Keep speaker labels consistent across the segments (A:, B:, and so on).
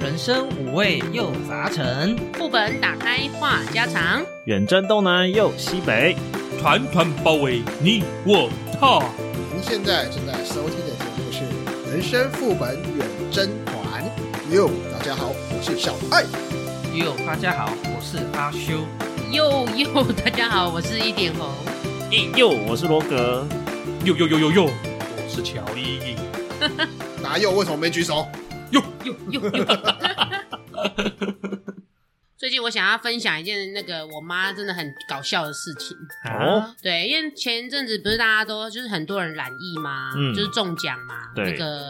A: 人生五味又杂陈，
B: 副本打开话家常，
C: 远征东南又西北，
D: 团团包围你我他。
E: 您现在正在收听的节目是《人生副本远征团》。哟，大家好，我是小爱。
A: 哟，大家好，我是阿修。
B: 哟哟， 大家好，我是一点红。
C: 咦哟，我是罗格。
D: 哟哟哟哟哟，我是乔伊。
E: 哪有？为什么没举手？
D: 哟，
B: 哟哟哟！最近我想要分享一件那个我妈真的很搞笑的事情。
D: 啊
C: 哦，
B: 对，因为前一阵子不是大家都就是很多人染疫嘛，
C: 嗯
B: 就是中奖嘛，
C: 对
B: 那个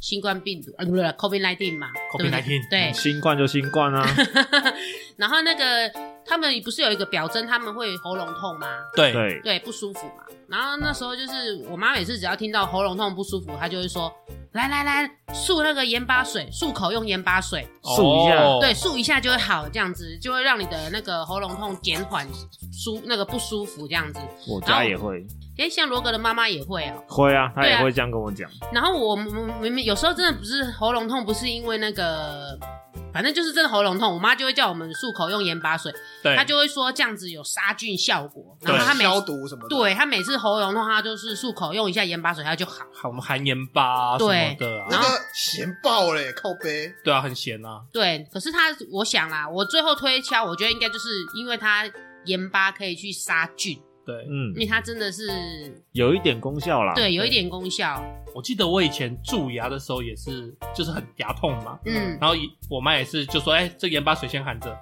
B: 新冠病毒啊，不是 COVID nineteen 嘛
D: COVID-19
B: 对不对，
C: 新冠就新冠啊，
B: 对 然后那个他们不是有一个表征，他们会喉咙痛吗？
D: 对，
C: 对，
B: 对，不舒服嘛。然后那时候就是我妈每次只要听到喉咙痛不舒服，她就会说：“来来来，漱那个盐巴水，漱口用盐巴水，
C: 漱一下
D: 哦
B: 对，漱一下就会好，这样子就会让你的那个喉咙痛减缓舒那个不舒服这样子。
C: 我家也会，
B: 哎，像罗格的妈妈也会哦、
C: 会啊，他也
B: 对啊
C: 会这样跟我讲。
B: 然后我明明有时候真的不是喉咙痛，不是因为那个，反正就是真的喉咙痛，我妈就会叫我们漱口用盐巴水，
D: 对，
B: 她就会说这样子有杀菌效果。然后
D: 对
B: 她每
E: 消毒什么的。，
B: 对她每次喉咙痛，她就是漱口用一下盐巴水，她就好。
D: 好我们含盐巴啊什
B: 对
D: 么的啊，
E: 那个咸爆嘞，靠背。
D: 对啊，很咸啊。
B: 对，可是她，我想啦，我最后推敲，我觉得应该就是因为她盐巴可以去杀菌，
D: 对，
C: 嗯
B: 因，为它真的是
C: 有一点功
D: 啊
C: 效啦。
B: 对有一点功效。
D: 我记得我以前蛀牙的时候也是，就是很牙痛嘛。
B: 嗯，
D: 然后我妈也是就说：“哎、这盐巴水先含着，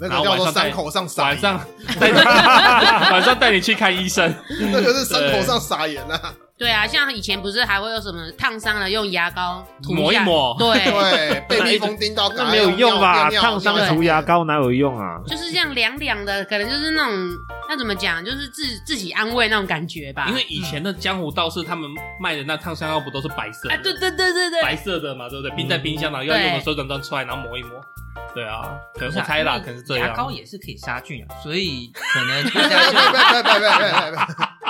E: 那
D: 然后
E: 个叫
D: 晚
E: 做
D: 上再
E: 伤口上撒
D: 晚
E: 盐，
D: 上带你， 晚上带你去看医生。
E: 那就是伤口上撒盐啊。
B: 对啊，像以前不是还会有什么烫伤了用牙膏涂
D: 抹一
B: 下
D: 抹
B: 对，
E: 对，被蜜蜂叮到，
C: 那没有用吧？
E: 吧？尿
C: 烫伤
E: 尿
C: 涂牙膏哪有用啊？
B: 就是这样凉凉的，可能就是那种那怎么讲，就是自自己安慰那种感觉吧。
D: 因为以前的江湖道士他们卖的那烫伤药不都是白色的？
B: 啊，对对对对对，
D: 白色的嘛，对不对？冰在冰箱，然后要用的手掌端出来，然后磨一磨。对啊，可能我猜啦，可能是这
A: 牙膏
D: 样。
A: 也是可以杀菌啊，所以可能大
E: 别别
A: 家就
E: 别别别别别！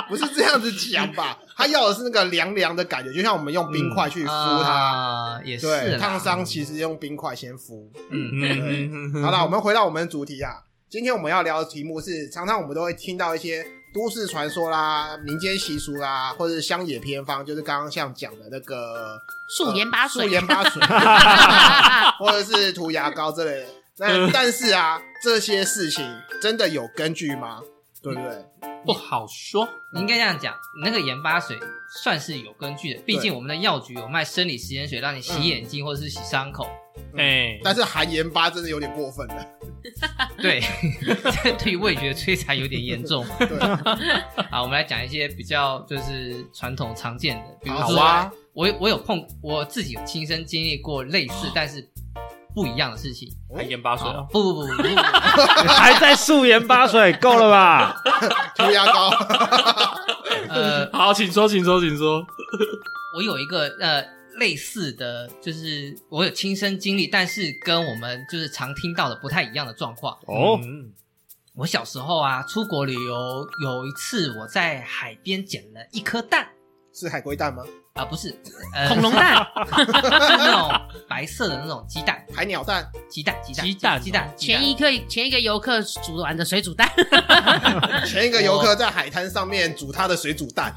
E: 不是这样子讲吧？他要的是那个凉凉的感觉，就像我们用冰块去敷它。
A: 啊，也是
E: 对，
A: 啦
E: 烫伤其实用冰块先敷。
A: 嗯，
D: 嗯
E: 好了，我们回到我们的主题啊。今天我们要聊的题目是，常常我们都会听到一些都市传说啦、民间习俗啦，或者是乡野偏方，就是刚刚像讲的那个
B: 素盐巴
E: 呃素
B: 水，
E: 盐巴 水，或者是涂牙膏之类的。那但是啊，这些事情真的有根据吗？对不对？
D: 不好说。
A: 你应该这样讲，那个盐巴水算是有根据的，毕竟我们的药局有卖生理食盐水，让你洗眼
E: 嗯
A: 睛或者是洗伤 口。
D: 哎，
E: 但是含盐巴真的有点过分了。
A: 对， 这对于味觉的摧残有点严 重。
E: 对，
A: 好，我们来讲一些比较就是传统常见的，比如
E: 好
A: 说
E: 啊，
A: 我我有碰，我自己有亲身经历过类 似但是不一样的事情。啊
D: 还盐巴水哦，
A: 不不不不不，
C: 还在素颜巴水，够了 吧？
E: 涂牙膏，
A: 呃，
D: 好，请说，请说，请说。
A: 我有一个呃类似的，就是我有亲身经历，但是跟我们就是常听到的不太一样的状况。
C: 哦，
D: 嗯
A: 我小时候啊，出国旅游，有一次我在海边捡了一颗蛋
E: 是海龟蛋吗？
A: 啊、不是，呃，
B: 恐龙蛋，
A: 是那种白色的那种鸡蛋，
E: 海鸟蛋？
A: 鸡蛋，鸡蛋，
D: 鸡蛋哦
A: 鸡蛋，鸡蛋
B: 前一个前一个游客煮完的水煮蛋，
D: 嗯
E: 前一个游客在海滩上面煮他的水煮蛋，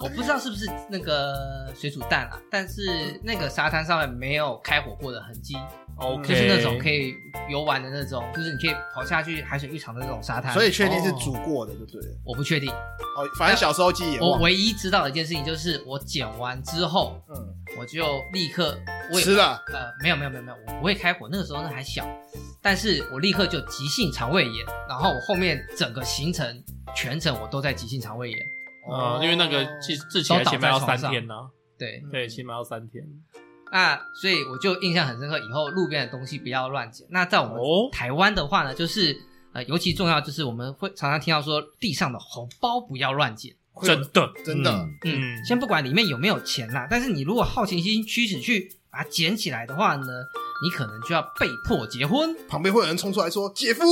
A: 我不知道是不是那个水煮蛋啊，但是那个沙滩上面没有开火过的痕迹，
D: 嗯，OK，
A: 就是那种可
D: 以。
A: 以游玩的那种，就是你可以跑下去海水浴场的那种沙滩。
E: 所以确定是煮过的，对不对了？
A: 我不确定，
E: 哦，反正小时候记忆也
A: 我
E: 忘了。
A: 唯一知道的一件事情就是我捡完之后，
E: 嗯，
A: 我就立刻我也
E: 吃了，
A: 呃没有没有没有没有，我不会开火，那个时候那还小，但是我立刻就急性肠胃炎，然后我后面整个行程全程我都在急性肠胃炎，
E: 哦
D: 啊，因为那个治治起来起码要三天呢，
A: 对，
D: 对，起码要三天。
A: 那所以我就印象很深刻，以后路边的东西不要乱捡。那在我们
D: 哦
A: 台湾的话呢，就是呃，尤其重要就是我们会常常听到说地上的红包不要乱捡。
E: 会有
D: 真的，
E: 真的
C: 嗯
A: 嗯，
D: 嗯
A: 先不管里面有没有钱啦，但是你如果好奇心驱使去把它捡起来的话呢，你可能就要被迫结婚。
E: 旁边会有人冲出来说：“
B: 嗯
E: 姐夫，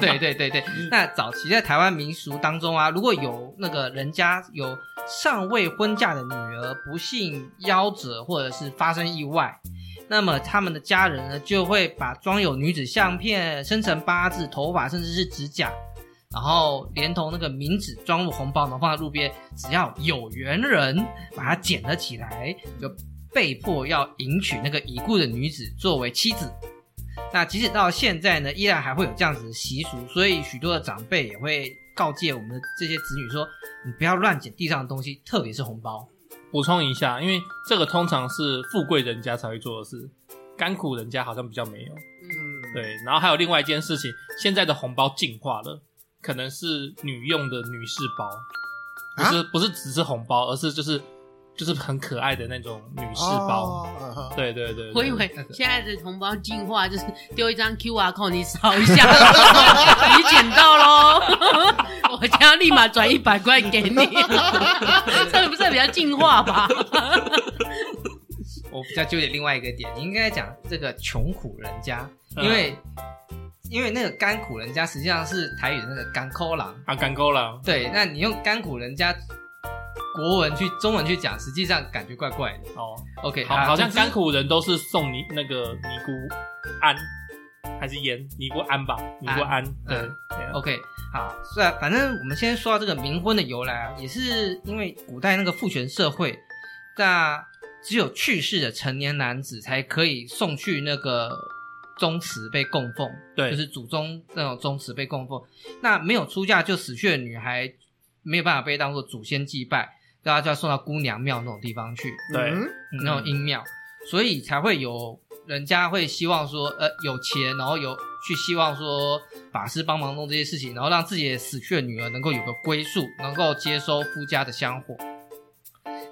A: 对对对对，那早期在台湾民俗当中啊，如果有那个人家有尚未婚嫁的女儿不幸夭折，或者是发生意外，那么他们的家人呢就会把装有女子相片、生辰八字、头发，甚至是指甲，然后连同那个冥纸装入红包，然后放在路边，只要有缘人把它捡了起来，就被迫要迎娶那个已故的女子作为妻子。那即使到现在呢，依然还会有这样子的习俗，所以许多的长辈也会告诫我们的这些子女说：“你不要乱捡地上的东西，特别是红包。
D: 补充一下，因为这个通常是富贵人家才会做的事，甘苦人家好像比较没有。
E: 嗯，
D: 对，然后还有另外一件事情，现在的红包进化了，可能是女用的女士包，不是、不是只是红包，而是就是就是很可爱的那种女士包。
E: 哦嗯哼
D: 对对对，对
B: 我以为
D: 那个
B: 现在的同胞进化就是丢一张 QR code，你扫一下， 你捡到喽， 我将要立马转一百块给 你，这不是比较进化吧？”
A: 我比较纠结另外一个点，你应该讲这个穷苦人家，
D: 嗯
A: 因为、因为那个甘苦人家实际上是台语的那个甘抠郎。
D: 啊，干够了。
A: 对，那你用甘苦人家国文去中文去讲，实际上感觉怪怪的。
D: 哦，
A: OK，
D: 好，
A: 啊
D: 好像
A: 总之
D: 甘苦人都是送你那个尼姑庵，还是烟尼姑庵吧？尼姑庵，对，
A: 嗯
D: 对啊
A: OK，好，是啊，反正我们先说到这个冥婚的由来啊，也是因为古代那个父权社会，那只有去世的成年男子才可以送去那个宗祠被供奉，
D: 对
A: 就是祖宗那种宗祠被供奉。那没有出嫁就死去的女孩，没有办法被当做祖先祭拜，大家就要送到姑娘庙那种地方去。
D: 对
E: 嗯
A: 嗯那种音庙，所以才会有人家会希望说，呃，有钱，然后有去希望说法师帮忙弄这些事情，然后让自己的死去的女儿能够有个归宿，能够接收夫家的香火，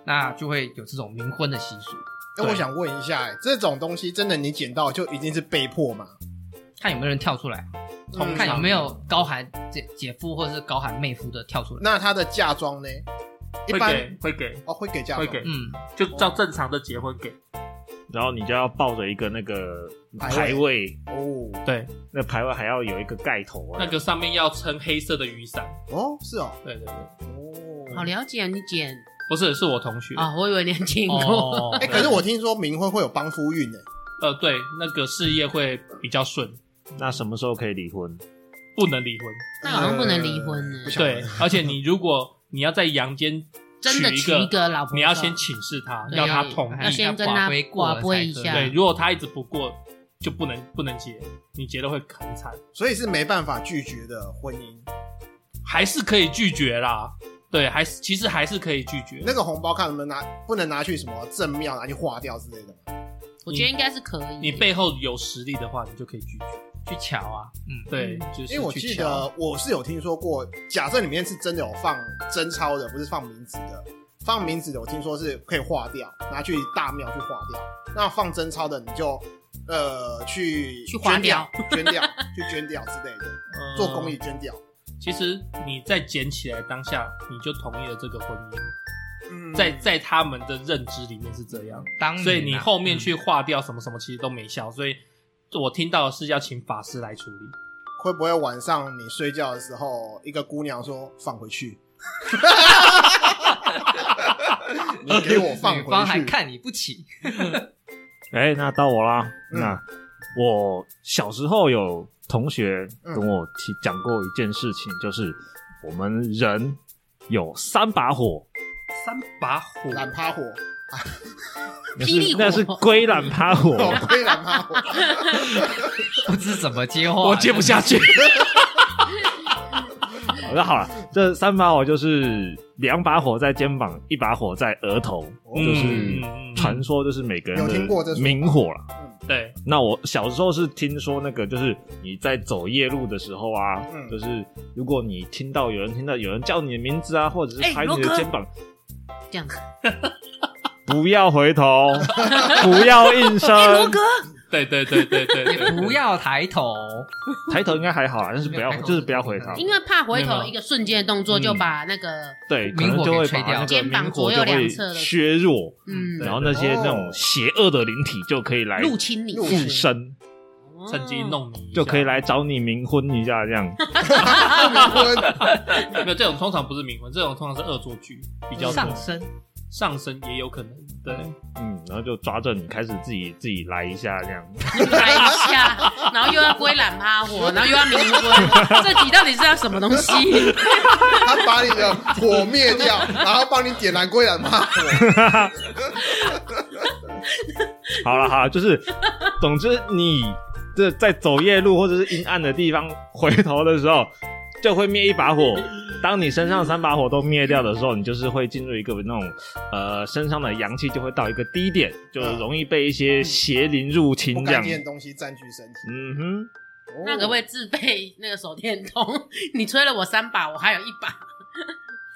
A: 那就会有这种冥婚的习俗，
E: 哎，
D: 对
E: 我想问一下，哎这种东西真的你捡到就一定是被迫吗？
A: 看有没有人跳出来，
D: 通
A: 看有
D: 常
A: 没有高喊姐姐夫或者是高喊妹夫的跳出来，
E: 那它的嫁妆呢？一
D: 会
E: 般
D: 给会给
E: 哦会给嫁
D: 会
E: 妆，
D: 给，
A: 嗯，
D: 就照正常的结婚给。
C: 然后你就要抱着一个那个
E: 牌
C: 牌位，
E: 哦
D: 对，
C: 那牌位还要有一个盖头啊。
D: 那个上面要撑黑色的雨伞。
E: 哦是哦
D: 对对对，
B: 好
D: 啊
E: 哦。
B: 了解你捡
D: 不是，是我同学。
A: 哦
B: 啊、我以为你还捡过。
D: 哦
E: 哎，可是我听说冥婚会有帮夫运诶，
D: 呃，对，那个事业会比较顺，
C: 那什么时候可以离婚？
D: 不能离婚。
B: 那好像不能离婚呢
E: 呃不晓
D: 对
E: 得，
D: 而且你如果你要在阳间
B: 真的娶
D: 一
B: 一个老婆
D: 你要先请示他，
B: 对
D: 要他同
B: 要
D: 意。
B: 先跟他
A: 寡龟过了
B: 寡龟
A: 才
B: 一
A: 可以
B: 下
D: 对，如果他一直不过，就不能不能结，你结了会很惨，
E: 所以是没办法拒绝的婚姻。
D: 还是可以拒绝啦。对，还是其实还是可以拒绝。
E: 那个红包看能不能拿，不能拿去什么正庙拿去化掉之类的嘛。
B: 我觉得应该是可以。
D: 你背后有实力的话，你就可以拒绝。
A: 去瞧啊，嗯，
D: 对，
B: 嗯
D: 就是
E: 因为我
D: 去
E: 记
D: 敲
E: 得我是有听说过，假设里面是真的有放真钞的，不是放冥纸的。放冥纸的，我听说是可以化掉，拿去大庙去化掉。那放真钞的，你就呃去
B: 去化
E: 捐掉、捐掉、去捐掉之类的， 做公益。
D: 呃
E: 捐掉。
D: 其实你在捡起来当下，你就同意了这个婚姻。
E: 嗯
D: 在在他们的认知里面是这样，
A: 当年啊
D: 所以你后面
A: 嗯
D: 去划掉什么什么，其实都没效。所以我听到的是要请法师来处理。
E: 会不会晚上你睡觉的时候，一个姑娘说放回去？ 你给我放
A: 嗯女方
E: 回
A: 还
E: 去。
A: 看你不起，
C: 哎、那到我啦。
E: 嗯
C: 那我小时候有同学跟我提讲过一件事情，就是我们人有三把火，
D: 三把火，
E: 懒趴火，
C: 那
B: 霹雳
C: 是
B: 火
C: 那是龟懒趴 火，
E: 哦，对，懒趴火。
A: 不知怎么接话，
D: 我接不下去。
C: 那好了，这三把火就是两把火在肩膀，一把火在额头，就是
D: 嗯嗯嗯
C: 传说就是每个人
E: 有听过这
C: 的
E: 说法
C: 明火了。
D: 对，
C: 那我小时候是听说那个，就是你在走夜路的时候啊，
E: 嗯
C: 就是如果你听到有人听到有人叫你的名字啊，或者是
B: 哎
C: 拍你
B: 罗
C: 的
B: 哥
C: 肩膀，
B: 这样，
D: 嗯
C: 不要回头，不要应声，
B: 哎，罗哥，
D: 对对对对对对，
A: 也不要抬头，
C: 抬头应该还好啊啦，但是不要
A: 没有抬头
C: 就是不要回头，
A: 没
B: 因为怕回
D: 没有嗯
B: 头
D: 没有
B: 一个瞬间的动作就把那个
C: 对，可
A: 明
C: 能
A: 火
C: 就
A: 给
C: 会
A: 吹
C: 把
A: 掉
C: 那个
B: 肩膀
C: 明
B: 左
C: 火
B: 右
C: 就
B: 两
C: 会
B: 侧的
C: 削弱，
B: 嗯
C: 然后那些那种邪恶的灵体就可以来
B: 哦入侵你哦
E: 入
C: 附身，
D: 趁机弄你一下
C: 就可以。来找你冥婚一下 这样。
D: 没有这种通常不是冥婚，这种通常是恶作剧比较
A: 上
D: 多，
A: 升，
D: 上身也有可能。对，
C: 嗯，然后就抓着你开始自己自己来一下这样。
B: 来一下，然后又要归懒趴 火，然后又要冥婚，这集到底是要什么东西？
E: 他把你的火灭掉，然后帮你点燃归然 骂火。
C: 好了，好啦，就是，总之你这在走夜路或者是阴暗的地方回头的时候，就会灭一把火。当你身上三把火都灭掉的时候，你就是会进入一个那种呃身上的阳气就会到一个低点，就容易被一些邪灵入
E: 嗯不
C: 侵这
E: 干
C: 样。
E: 净的东西占据身体。
C: 嗯哼，
E: 哦
B: 那可不可以自备那个手电筒？ 你吹了我三把，我还有一把。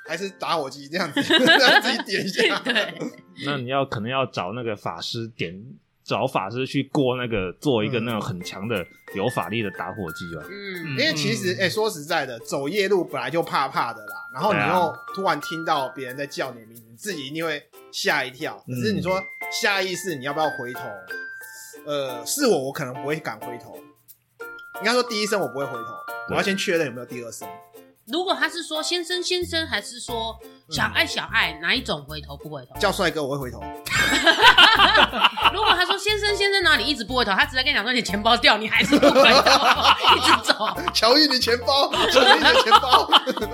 E: 还是打火机这样子，让自己点一下。
B: 对，
C: 那你要可能要找那个法师点，找法师去过那个做一个
E: 嗯
C: 那种很强的有法力的打火机吧。
B: 嗯，
E: 因为其实，哎、说实在的，走夜路本来就怕怕的啦，然后你
C: 对啊
E: 又突然听到别人在叫你的名字，你自己一定会吓一跳。可是你说下意识你要不要回头？呃，是我，我可能不会敢回头。应该说第一声我不会回头，我
C: 对
E: 要先确认有没有第二声。
B: 如果他是说先生先生，还是说小爱小爱，哪一种回头不回头？
E: 叫帅哥我会回头，
B: 如果他说先生先生，然后你一直不回头，他只在跟你讲说你钱包掉，你还是不回 头，一直走。
E: 乔伊你钱包，乔伊你的钱包。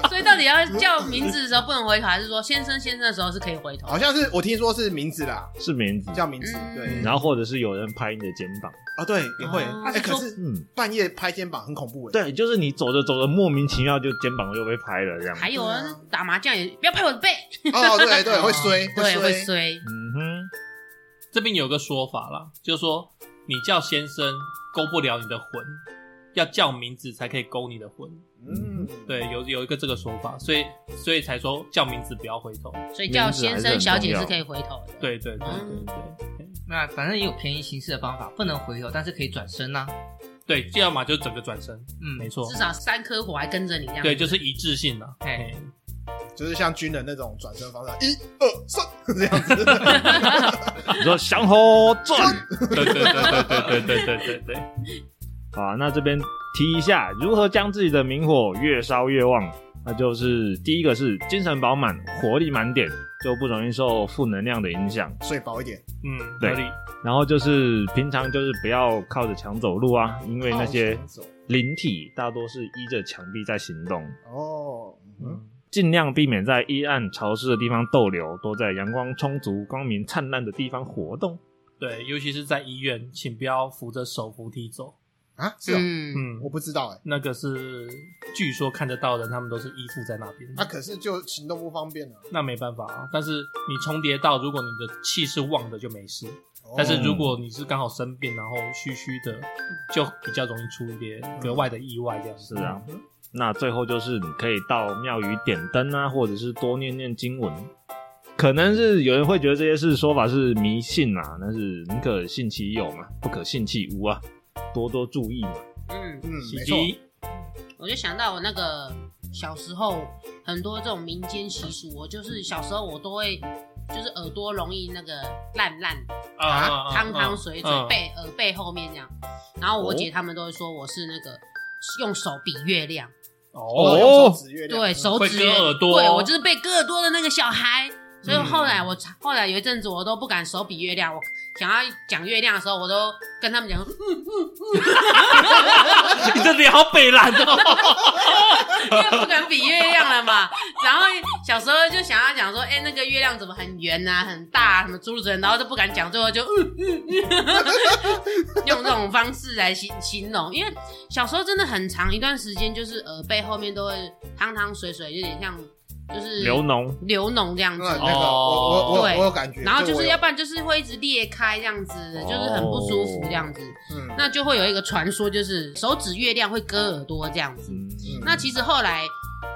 B: 所以到底要叫名字的时候不能回头，还是说先生先生的时候是可以回头？
E: 好像是我听说是名字啦，
C: 是名字，
E: 叫名字。
B: 嗯
E: 对，
C: 然后或者是有人拍你的肩膀，
E: 啊对也会。
B: 哦
E: 哎、可是
C: 嗯，
E: 半夜拍肩膀很恐怖哎。
C: 对，就是你走着走着莫名其妙就肩膀就被拍了这样，
B: 还有啊
E: 对啊
B: 打麻将也不要拍我的背，
E: 哦，对对，会衰，
B: 对，会
E: 衰。
B: 衰。
C: 嗯哼，
D: 这边有个说法啦，就是说你叫先生勾不了你的魂，要叫名字才可以勾你的魂。
E: 嗯，
D: 对，有有一个这个说法，所以所以才说叫名字不要回头。
B: 所以叫先生小姐是可以回头的。
D: 对对对
B: 嗯
D: 对对
A: 那反正也有便宜行事的方法，不能回头，但是可以转身呐、
D: 对，对，要么就整个转身，没
A: 嗯，
D: 错
B: 至，少三颗火还跟着你这样。
D: 对，就是一致性啦。
A: 哎
D: 哎，
E: 就是像军人那种转身方式，一二三这样子。
C: 你说向后转，
D: 对对对对对对对对对对。
C: 好啊，那这边提一下如何将自己的明火越烧越旺，那就是第一个是精神饱满，活力满点，就不容易受负能量的影响。
E: 睡饱一点，
D: 嗯，合
C: 对
D: 理。
C: 然后就是平常就是不要靠着墙走路啊，因为那些
E: 靠墙走
C: 灵体大多是依着墙壁在行动，
E: 哦，嗯
C: 尽量避免在阴暗潮湿的地方逗留，多在阳光充足、光明灿烂的地方活动。
D: 对，尤其是在医院，请不要扶着手扶梯走。
E: 啊，是哦，
B: 嗯，
D: 嗯
E: 我，不知道哎。
D: 那个是据说看得到的人，他们都是依附在那边。
E: 那啊可是就行动不方便啊。
D: 那没办法啊，但是你重叠到，如果你的气是旺的就没事，
E: 哦
D: 但是如果你是刚好生病，然后虚虚的，就比较容易出一些
E: 嗯
D: 格外的意外这样子。嗯
C: 是啊，那最后就是你可以到庙宇点灯啊，或者是多念念经文。可能是有人会觉得这些事说法是迷信啊，但是宁可信其有嘛，不可信其无啊，多多注意嘛。
B: 嗯，
E: 嗯，
D: 喜
E: 没错，
D: 极，
B: 我就想到我那个小时候很多这种民间习俗，我就是小时候我都会，就是耳朵容易那个烂烂，
D: 啊啊啊哦
B: 汤汤水水，
D: 嗯
B: 背耳背后面这样。然后我姐他们都会说我是那个用手比月亮，
E: 哦，
D: 哦，
E: 用手指月亮
B: 对手指
D: 会割耳朵哦嗯
B: 对我就是被割耳朵的那个小孩。所以后来我、后来有一阵子我都不敢手比月亮，我想要讲月亮的时候，我都跟他们讲说，嗯
D: 你这脸好北 蓝哦。
B: 因为不敢比月亮了嘛。然后小时候就想要讲说，哎、那个月亮怎么很圆呐、很大、啊，什么诸如此类，然后都不敢讲，最后就 嗯嗯嗯，用这种方式来形形容。因为小时候真的很长一段时间，就是耳背后面都会汤汤水水，有点像就是
C: 流脓，
B: 流�脓这样子。
E: 嗯那那个
D: 哦
E: 我我我
B: 对
E: 有我有感觉。
B: 然后
E: 这
B: 就
E: 我
B: 是
E: 有
B: 要不然就是会一直裂开这样子，就是很不舒服这样子，
E: 嗯
B: 那就会有一个传说，就是手指月亮会割耳朵这样子。
C: 嗯，
B: 那其实后来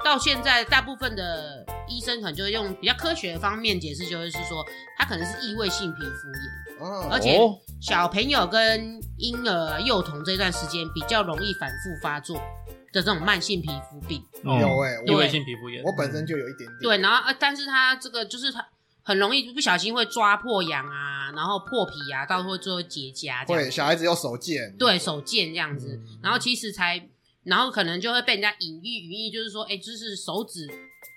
B: 到现在，大部分的医生可能就会用比较科学的方面解释，就是说它可能是异位性皮肤炎，而
E: 哦，
B: 且
C: 哦
B: 小朋友跟婴儿、幼童这段时间比较容易反复发作的这种慢性皮肤病。
C: 嗯
E: 有哎、
D: 异
B: 对
E: 我
D: 位性皮肤炎，嗯
E: 我本身就有一点点，
B: 对，然后呃，但是它这个就是它很容易不小心会抓破痒啊，然后破皮啊，到时候最后结痂这样
E: 会。小孩子有手贱，
B: 对手贱这样
D: 哦
B: 子，然后其实才，然后可能就会被人家隐喻，隐喻就是说，哎、就是手指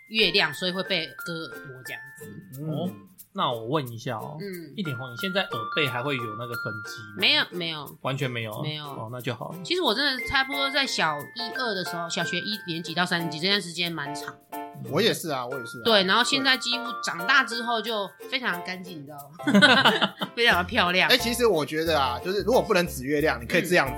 B: 月亮，所以会被割膜这样子。
D: 哦
E: 嗯，
D: 那我问一下哦，
B: 嗯，
D: 一点红，你现在耳背还会有那个痕迹吗？
B: 没有，没有。
D: 完全没有，
B: 没有
D: 哦，那就好了。
B: 其实我真的差不多在小一二的时候，小学一年级到三年级这段时间蛮长，
E: 我也是啊，我也是、啊，
B: 对。然后现在几乎长大之后就非常干净，你知道吗？非常的漂亮
E: 哎、。其实我觉得啊，就是如果不能指月亮，你可以这样子，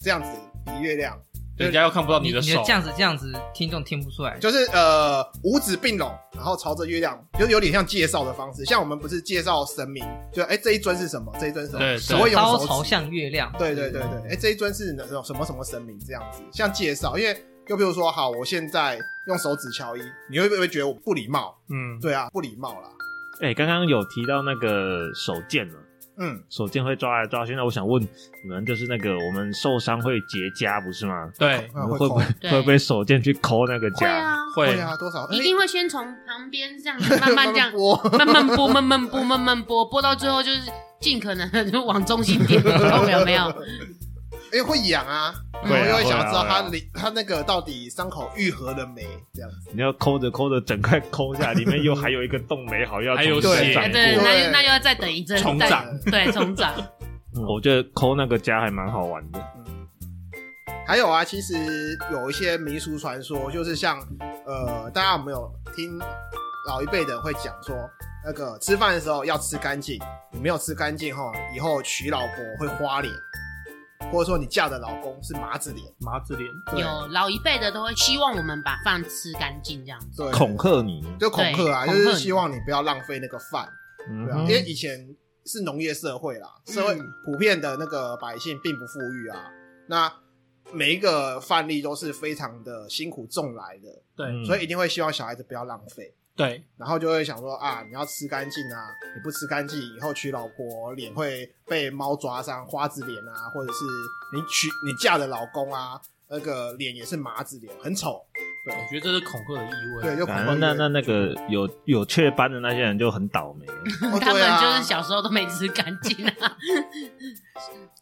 E: 这样子比月亮，
D: 人家又看不到
A: 你
D: 的手
A: 这，样子这样子，听众听不出来。
E: 就是呃五指并拢，然后朝着月亮，就是有点像介绍的方式。像我们不是介绍神明，就哎、这一尊是什么，这一尊是什
D: 对
E: 么，
D: 对
E: 我会用
A: 刀
E: 手
A: 朝
E: 指
A: 向月亮，
E: 对对对对，哎、这一尊是哪什么什么神明这样子，像介绍，因为就比如说，好，我现在用手指敲一，你会不会觉得我不礼貌？
D: 嗯，
E: 对啊，不礼貌啦。
C: 哎、刚刚有提到那个手剑了。
E: 嗯，
C: 手剑会抓来抓去，那我想问你们，就是那个我们受伤会结痂，不是吗？
D: 对，
E: 啊
C: 你们会
E: 会
C: 不会
B: 对
C: 会不会手剑去抠那个痂？
B: 会啊，
E: 对
D: 会
E: 啊，多少？
B: 一
E: 哎
B: 定会先从旁边这样子慢慢这 样
E: 拨，
B: 慢慢播，慢慢播，慢慢播，播到最后就是尽可能的就往中心点，有没有？没有，
E: 哎、会痒啊，
B: 嗯
E: 我
C: 会啊
E: 就会想要知道
C: 会啊
E: 他里他那个到底伤口愈合了没，这样子。
C: 你要抠着抠着，整块抠下，里面又还有一个洞没好，要
D: 还有
C: 重新
D: 血
C: 长过
B: 哎对，
E: 过
B: 那就那就要再等一阵，
D: 重
B: 再
D: 长，
B: 对，重长，
C: 嗯我觉得抠那个痂还蛮好玩的。
E: 还有啊，其实有一些民俗传说，就是像呃，大家有没有听老一辈的人会讲说，那个吃饭的时候要吃干净，你没有吃干净哈，以后娶老婆会花脸，或者说你嫁的老公是麻子脸，
D: 麻子脸，
E: 对
B: 有老一辈的都会希望我们把饭吃干净，这样子。
E: 对，
C: 恐吓你，
E: 就恐吓啊，
B: 对恐
E: 就是
B: 吓你
E: 希望你不要浪费那个饭，
C: 嗯
E: 对啊，
C: 哼
E: 因为以前是农业社会啦，社会
B: 嗯
E: 普遍的那个百姓并不富裕啊，那每一个范例都是非常的辛苦种来的，
D: 对
C: 嗯
E: 所以一定会希望小孩子不要浪费，
D: 对，
E: 然后就会想说啊，你要吃干净啊，你不吃干净，以后娶老婆脸会被猫抓伤，花子脸啊，或者是你娶你嫁的老公啊，那个脸也是麻子脸，很丑，
D: 我觉得这是恐吓的意味，
E: 对，就恐
C: 嗯反
E: 怖
C: 正那那那个有有雀斑的那些人就很倒霉。
E: 哦
B: 他
E: 对
B: 们
E: 啊
B: 就是小时候都没吃干净 啊，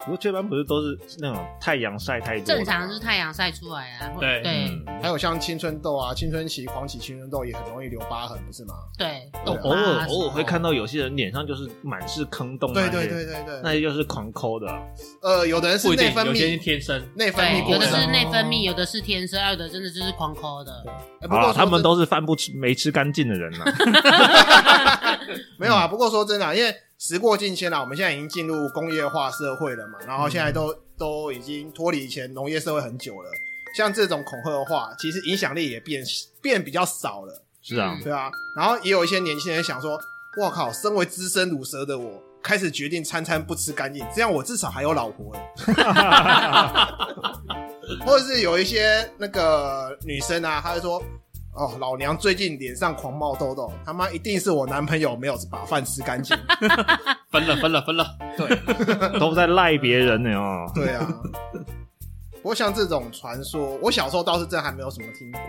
C: 不过雀斑不是都是那种太阳晒太多的吗，
B: 正常是太阳晒出来啊。
D: 对
B: 对
C: 嗯
E: 还有像青春痘啊，青春期狂起青春痘也很容易留疤痕，不是吗？
B: 对，
E: 偶
B: 痘疤
C: 偶
E: 尔
C: 尔
B: 啊
C: 偶尔会
B: 什么
C: 看到有些人脸上就是满是坑洞，
E: 对对对，对对，
C: 那些就是狂抠的啊。
E: 呃，有的人是
D: 不一
E: 内
D: 定，
E: 分
D: 有些是
E: 泌，
D: 天生，
E: 内分泌
B: 对，
E: 过
B: 有的
E: 剩
B: 是
E: 哎
B: 内分泌，有的是天生，还有的真的就是狂抠的。
E: 呃不
C: 好
E: 过
C: 啦
E: 说
C: 啊他们
E: 真
C: 都是饭不吃没吃干净的人 呐。
E: 没有啊。不过说真的啊，因为时过境迁了，我们现在已经进入工业化社会了嘛，然后现在都都已经脱离以前农业社会很久了。像这种恐吓的话，其实影响力也变变比较少了，
C: 是啊，
E: 对啊。然后也有一些年轻人想说，我靠，身为资深乳蛇的我，开始决定餐餐不吃干净，这样我至少还有老婆欸。 或者是有一些那个女生啊，她就说：“哦，老娘最近脸上狂冒痘痘，他妈一定是我男朋友没有把饭吃干净。
D: 分了分了分了，
C: 都在赖别人呢哦”。
E: 对啊，不过像这种传说，我小时候倒是真还没有什么听过，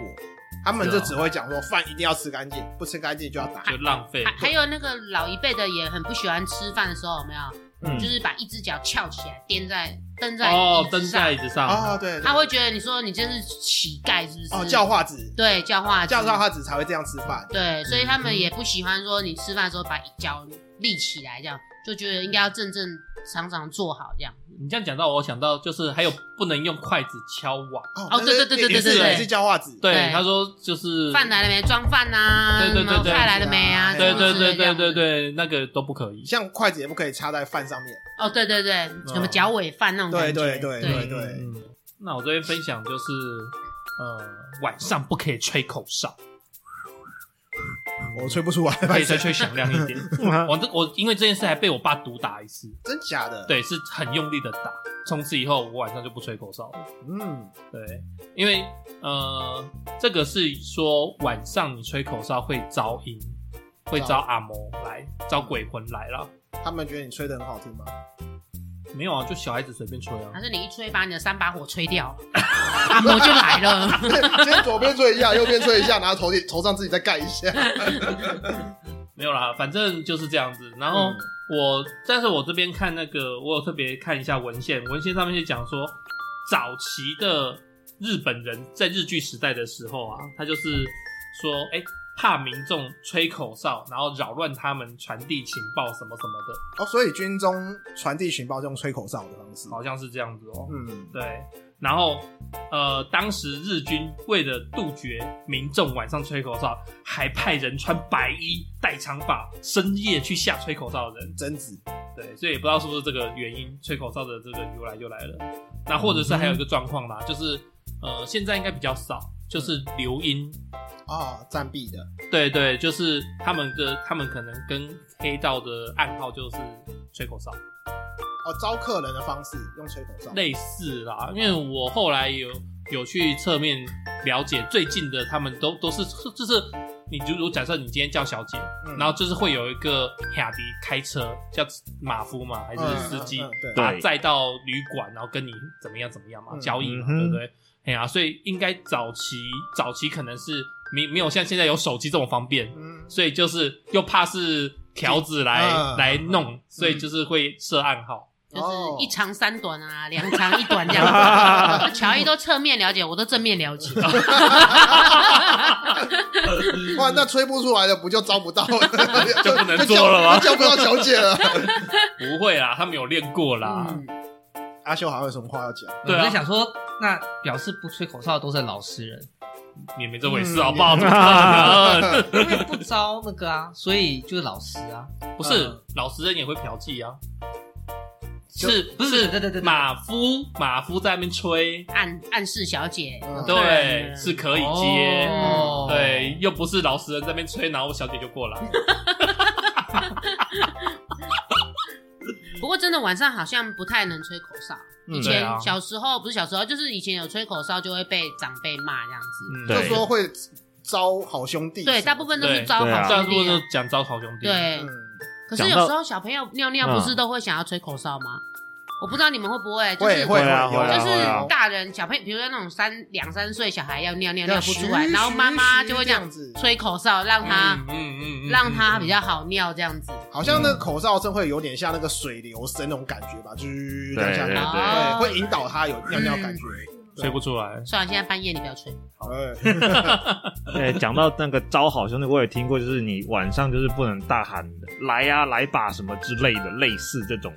E: 他们就只会讲说饭一定要吃干净，不吃干净就要打。
D: 就浪费
B: 还，还有那个老一辈的也很不喜欢吃饭的时候，有没有？
C: 嗯
B: 就是把一只脚翘起来，垫在蹬在
D: 哦
B: 椅，子
D: 蹬
B: 上
D: 在椅子上，
E: 啊、对，对
B: 他会觉得你说你这是乞丐是不是？
E: 哦教化子，
B: 对教化
E: 教化子才会这样吃饭。
B: 对，所以他
D: 嗯
B: 们也不喜欢说你吃饭的时候把脚立起来，这样就觉得应该要正正常常坐好这样。
D: 你这样讲到我想到就是还有不能用筷子敲碗，
E: 哦
B: 哦对对对对
E: 也是
D: 对对
E: 也是教化子。
D: 对
B: 对，
D: 他说就是
B: 饭来了没？装饭呐？
D: 对对对
B: 什么
D: 对
B: 菜来了没啊？
D: 对对
B: 什么
D: 对
B: 之类这
D: 对
B: 样
D: 对。对，那个都不可以，
E: 像筷子也不可以插在饭上面，
B: 哦，对对对，什么脚尾饭那种感觉。
E: 对对对对
D: 嗯，那我这边分享 就是，呃，晚上不可以吹口哨。
E: 哦我吹不出来，
D: 可以再吹响亮一点。
C: 嗯
D: 我这我因为这件事还被我爸毒打一次，
E: 真假的？，
D: 对，是很用力的打。从此以后，我晚上就不吹口哨了。
E: 嗯，
D: 对，因为呃，这个是说晚上你吹口哨会招阴，会招阿嬷来，招鬼魂来了。
E: 他们觉得你吹的很好 听吗？
D: 没有啊，就小孩子随便吹啊
B: 还。是你一吹把你的三把火吹掉，阿嬷就来 了。
E: 先左边吹一下，右边吹一下，然后头顶头上自己再盖一下。
D: 没有啦，反正就是这样子。然后
E: 嗯
D: 我，但是我这边看那个，我有特别看一下文献，文献上面就讲说，早期的日本人在日据时代的时候啊，他就是说，哎、怕民众吹口哨，然后扰乱他们传递情报什么什么的，
E: 哦，所以军中传递情报是用吹口哨的方式。
D: 好像是这样子哦、
E: 嗯，
D: 对，然后呃，当时日军为了杜绝民众晚上吹口哨，还派人穿白衣、戴长发，深夜去下吹口哨的人。
E: 贞子，
D: 对，所以也不知道是不是这个原因，吹口哨的这个由来就来了。那或者是还有一个状况啦，就是呃，现在应该比较少，就是留音。
E: 哦，战壁的，
D: 对对，就是他们的他们可能跟黑道的暗号就是吹口哨，
E: 哦，招客人的方式用吹口哨。
D: 类似啦。
E: 哦
D: 因为我后来有有去侧面了解，最近的他们都都是就是你如如假设你今天叫小姐，
E: 嗯
D: 然后就是会有一个雅迪开车叫马夫嘛，还是
E: 嗯
D: 司机，
E: 嗯嗯对
D: 把他
C: 对
D: 载到旅馆，然后跟你怎么样怎么样嘛，
E: 嗯
D: 交易嘛，
C: 嗯哼
D: 对不对？哎呀、所以应该早期早期可能是没没有像现在有手机这么方便，
E: 嗯，
D: 所以就是又怕是条子来、
E: 嗯
D: 来弄，所以就是会设暗号。
B: 就是一
E: 哦
B: 长三短啊，两长一短这样子。那乔伊都侧面了解，我都正面了解。
E: 哇，那吹不出来的不就招不到了，
D: 就不能做了 吗
E: 就叫不到小姐 了。
D: 不会啦，他们有练过啦。
B: 嗯
E: 阿修还有什么话要讲？
D: 对啊
A: 我在想说，那表示不吹口哨的都是老实 人，
D: 也没这回事，
E: 嗯
D: 好不好？怎么可 能
A: 因为不招那个啊，所以就是老实啊。
D: 不是
A: 嗯，
D: 老实人也会嫖妓啊。
A: 就是不
D: 不
A: 是
D: 是
A: 对对对对
D: 马夫马夫在那边吹，
B: 暗暗示小姐，
E: 嗯
D: 对，是可以接，
A: 哦
D: 对，，又不是老实人在那边吹，然后小姐就过来。
B: 不过真的晚上好像不太能吹口哨。
C: 嗯
B: 以
D: 对
B: 前
D: 啊
B: 小时候不是小时候，就是以前有吹口哨就会被长辈骂这样子。
D: 嗯，
E: 就
C: 对
E: 说会招好兄弟。
B: 对，大部分都是
D: 对
B: 招
C: 对啊
B: 好
D: 大
B: 兄
D: 多
B: 弟
D: 都
B: 啊。
D: 讲招好兄弟，，
B: 对
E: 嗯，，
B: 可是有
C: 讲到
B: 时候小朋友尿尿不
D: 嗯
B: 是都会想要吹口哨吗？我不知道你们会不会，就
E: 嗯会
B: 是
E: 会
C: 啊
E: 有
C: 会啊
B: 就
C: 会啊
B: 是大人小朋友，比如说那种三两三岁小孩要尿尿
E: 要
B: 尿不出来，
E: 嘘
B: 然后妈妈
E: 嘘
B: 就会这
E: 这
B: 样
E: 子，
B: 吹口哨，让他
D: 嗯嗯嗯，
B: 让他比较好尿这样子。
E: 好像那个口哨声会有点像那个水流声那种感觉吧，就是这样下去
C: 对对
B: 哦
E: 对，会引导他有尿尿感觉。
C: 嗯
D: 吹不出来。
B: 虽然现在半夜你不要吹，
E: 哎，
C: 对，哎讲到那个招好兄弟，我也听过，就是你晚上就是不能大喊的“来呀、来吧”什么之类的，类似这种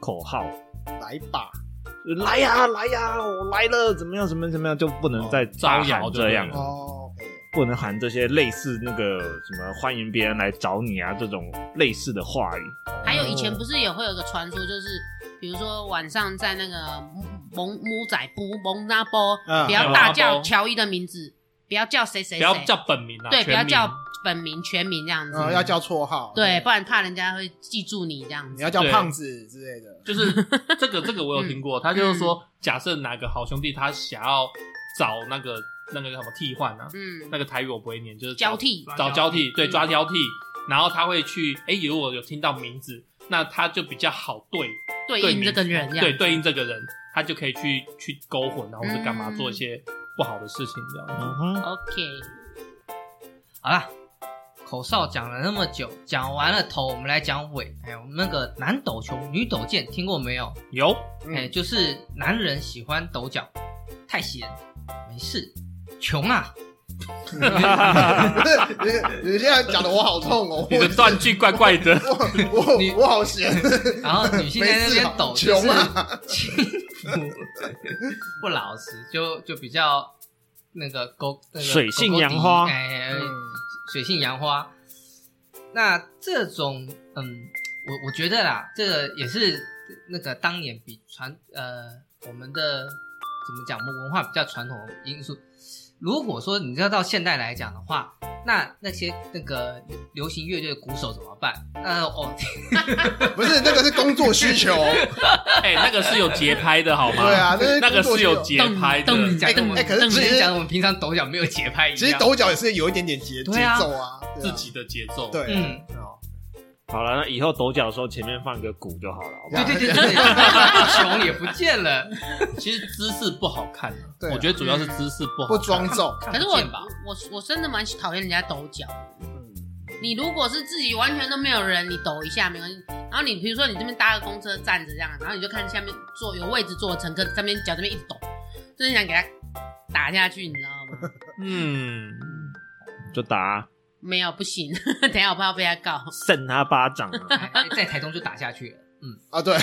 C: 口号，
E: 来吧，
C: 就是“来呀、来呀、我来了”，怎么样，怎么样，怎么样，就不能再
D: 哦招摇
C: 大喊
D: 就对
C: 这样
D: 了
C: 了，
E: 哦，
C: 不能喊这些类似那个什么欢迎别人来找你啊这种类似的话语。
B: 还有以
D: 哦
B: 前不是也会有个传说，就是比如说晚上在那个蒙木仔布蒙那波
E: 嗯，
B: 不要大
D: 蒙那
B: 叫
D: 波
B: 乔伊的名字，不要叫谁谁
D: 不要
B: 谁
D: 叫，本名啊，
B: 对，不要
D: 全名
B: 叫本名全名这样子，
E: 呃，要叫绰号，
B: 嗯对，，不然怕人家会记住你这样
E: 你
B: 子。
E: 要叫胖子之 类的。
D: 就是这个这个我有听
B: 嗯
D: 过，他就是说，假设哪个好兄弟他想要找那个那个叫什么替换啊，
B: 嗯
D: 那，个台语我不会念，就是找
B: 交替
D: 找交替，对，
B: 嗯
D: 抓交替，然后他会去，哎，如果有听到名字，那他就比较好对
B: 对
D: 对
B: 应
D: 名
B: 这个人这样
D: 对对应这个人，他就可以去去勾魂啊，或者干嘛
B: 嗯
D: 做一些不好的事情这样
C: 嗯
D: 子。
C: 哼，
B: OK，
A: 好啦，口哨讲了那么久，讲完了头，我们来讲尾。哎，我们那个男抖穷，女抖贱，听过没有？
D: 有
E: 嗯
A: 哎，就是男人喜欢抖脚，太闲，没事，穷啊。
E: 不是你你现在讲的我好痛哦，
D: 你的断句怪怪的，
E: 我我我好闲，
A: 然后女性在那边抖，
E: 没事
A: 就
E: 啊
A: 是
E: 穷啊
A: 轻浮， 不老实，就就比较那个勾那个
C: 水性杨花
A: 勾勾底哎，哎哎
E: 嗯
A: 水性杨花。那这种，嗯，我我觉得啦，这个也是那个当年比传呃我们的怎么讲，我们文化比较传统的因素。如果说你要到现代来讲的话，那那些那个流行乐队的鼓手怎么办？呃，哦，
E: 不是那个是工作需求，
D: 哎，那个是有节拍的好吗？
E: 对啊那是
D: 那个
E: 工作
D: 是有
E: 需
D: 节拍的。
B: 动
A: 讲得我
E: 哎
A: 们
E: 可是
A: 之
E: 其实
A: 前讲得我们平常抖脚没有节拍一样。
E: 其实抖脚也是有一点点节节
A: 对啊
E: 奏啊，对
D: 自
E: 啊
D: 己的节奏，
E: 对啊，
A: 嗯，
D: 哦，
C: 好了，那以后抖脚的时候前面放一个鼓就好了，好不
A: 对
E: 嗯
C: 好？
A: 对对对对，熊也不见了，
D: 其实姿势不好看啊
E: 对啊
D: 我觉得主要是姿势不好
E: 不
D: 看。
E: 装皱，
A: 看
B: 可是
A: 不
B: 我
A: 见吧
B: 我我真的蛮讨厌人家抖脚。你如果是自己完全都没有人，你抖一下没关系。然后你比如说你这边搭个公车站着这样，然后你就看下面坐有位置坐的乘客，这边脚这边一直抖，真的想给他打下去，你知道吗？
D: 嗯，
C: 就打，
B: 没有，不行， 等一下我怕被他告。
C: 扇他巴掌 啊！
A: 哎哎在台中就打下去了。嗯，
E: 啊，对，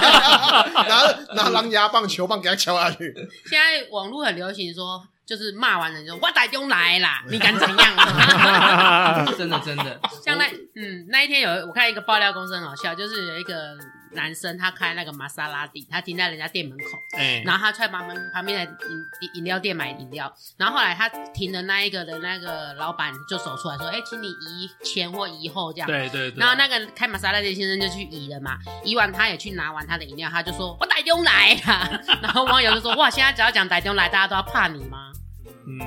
E: 拿拿狼牙棒、球棒给他敲下去，
B: 现在网络很流行说，就是骂完人就我打中来啦，你敢怎样？
A: 真的真的，
B: 像那嗯那一天有我看一个爆料公司很好笑，就是有一个男生他开那个玛莎拉蒂，他停在人家店门口，
D: 哎，
B: 然后他去旁边旁边的饮饮料店买饮料，然后后来他停的那一个的那个老板就走出来说，哎、请你移前或移后这样。
D: 对对对，
B: 然后那个开玛莎拉蒂的先生就去移了嘛，移完他也去拿完他的饮料，他就说：“我打电话来啦。” 然后网友就说：“哇，现在只要讲打电话来，大家都要怕你吗
D: 嗯，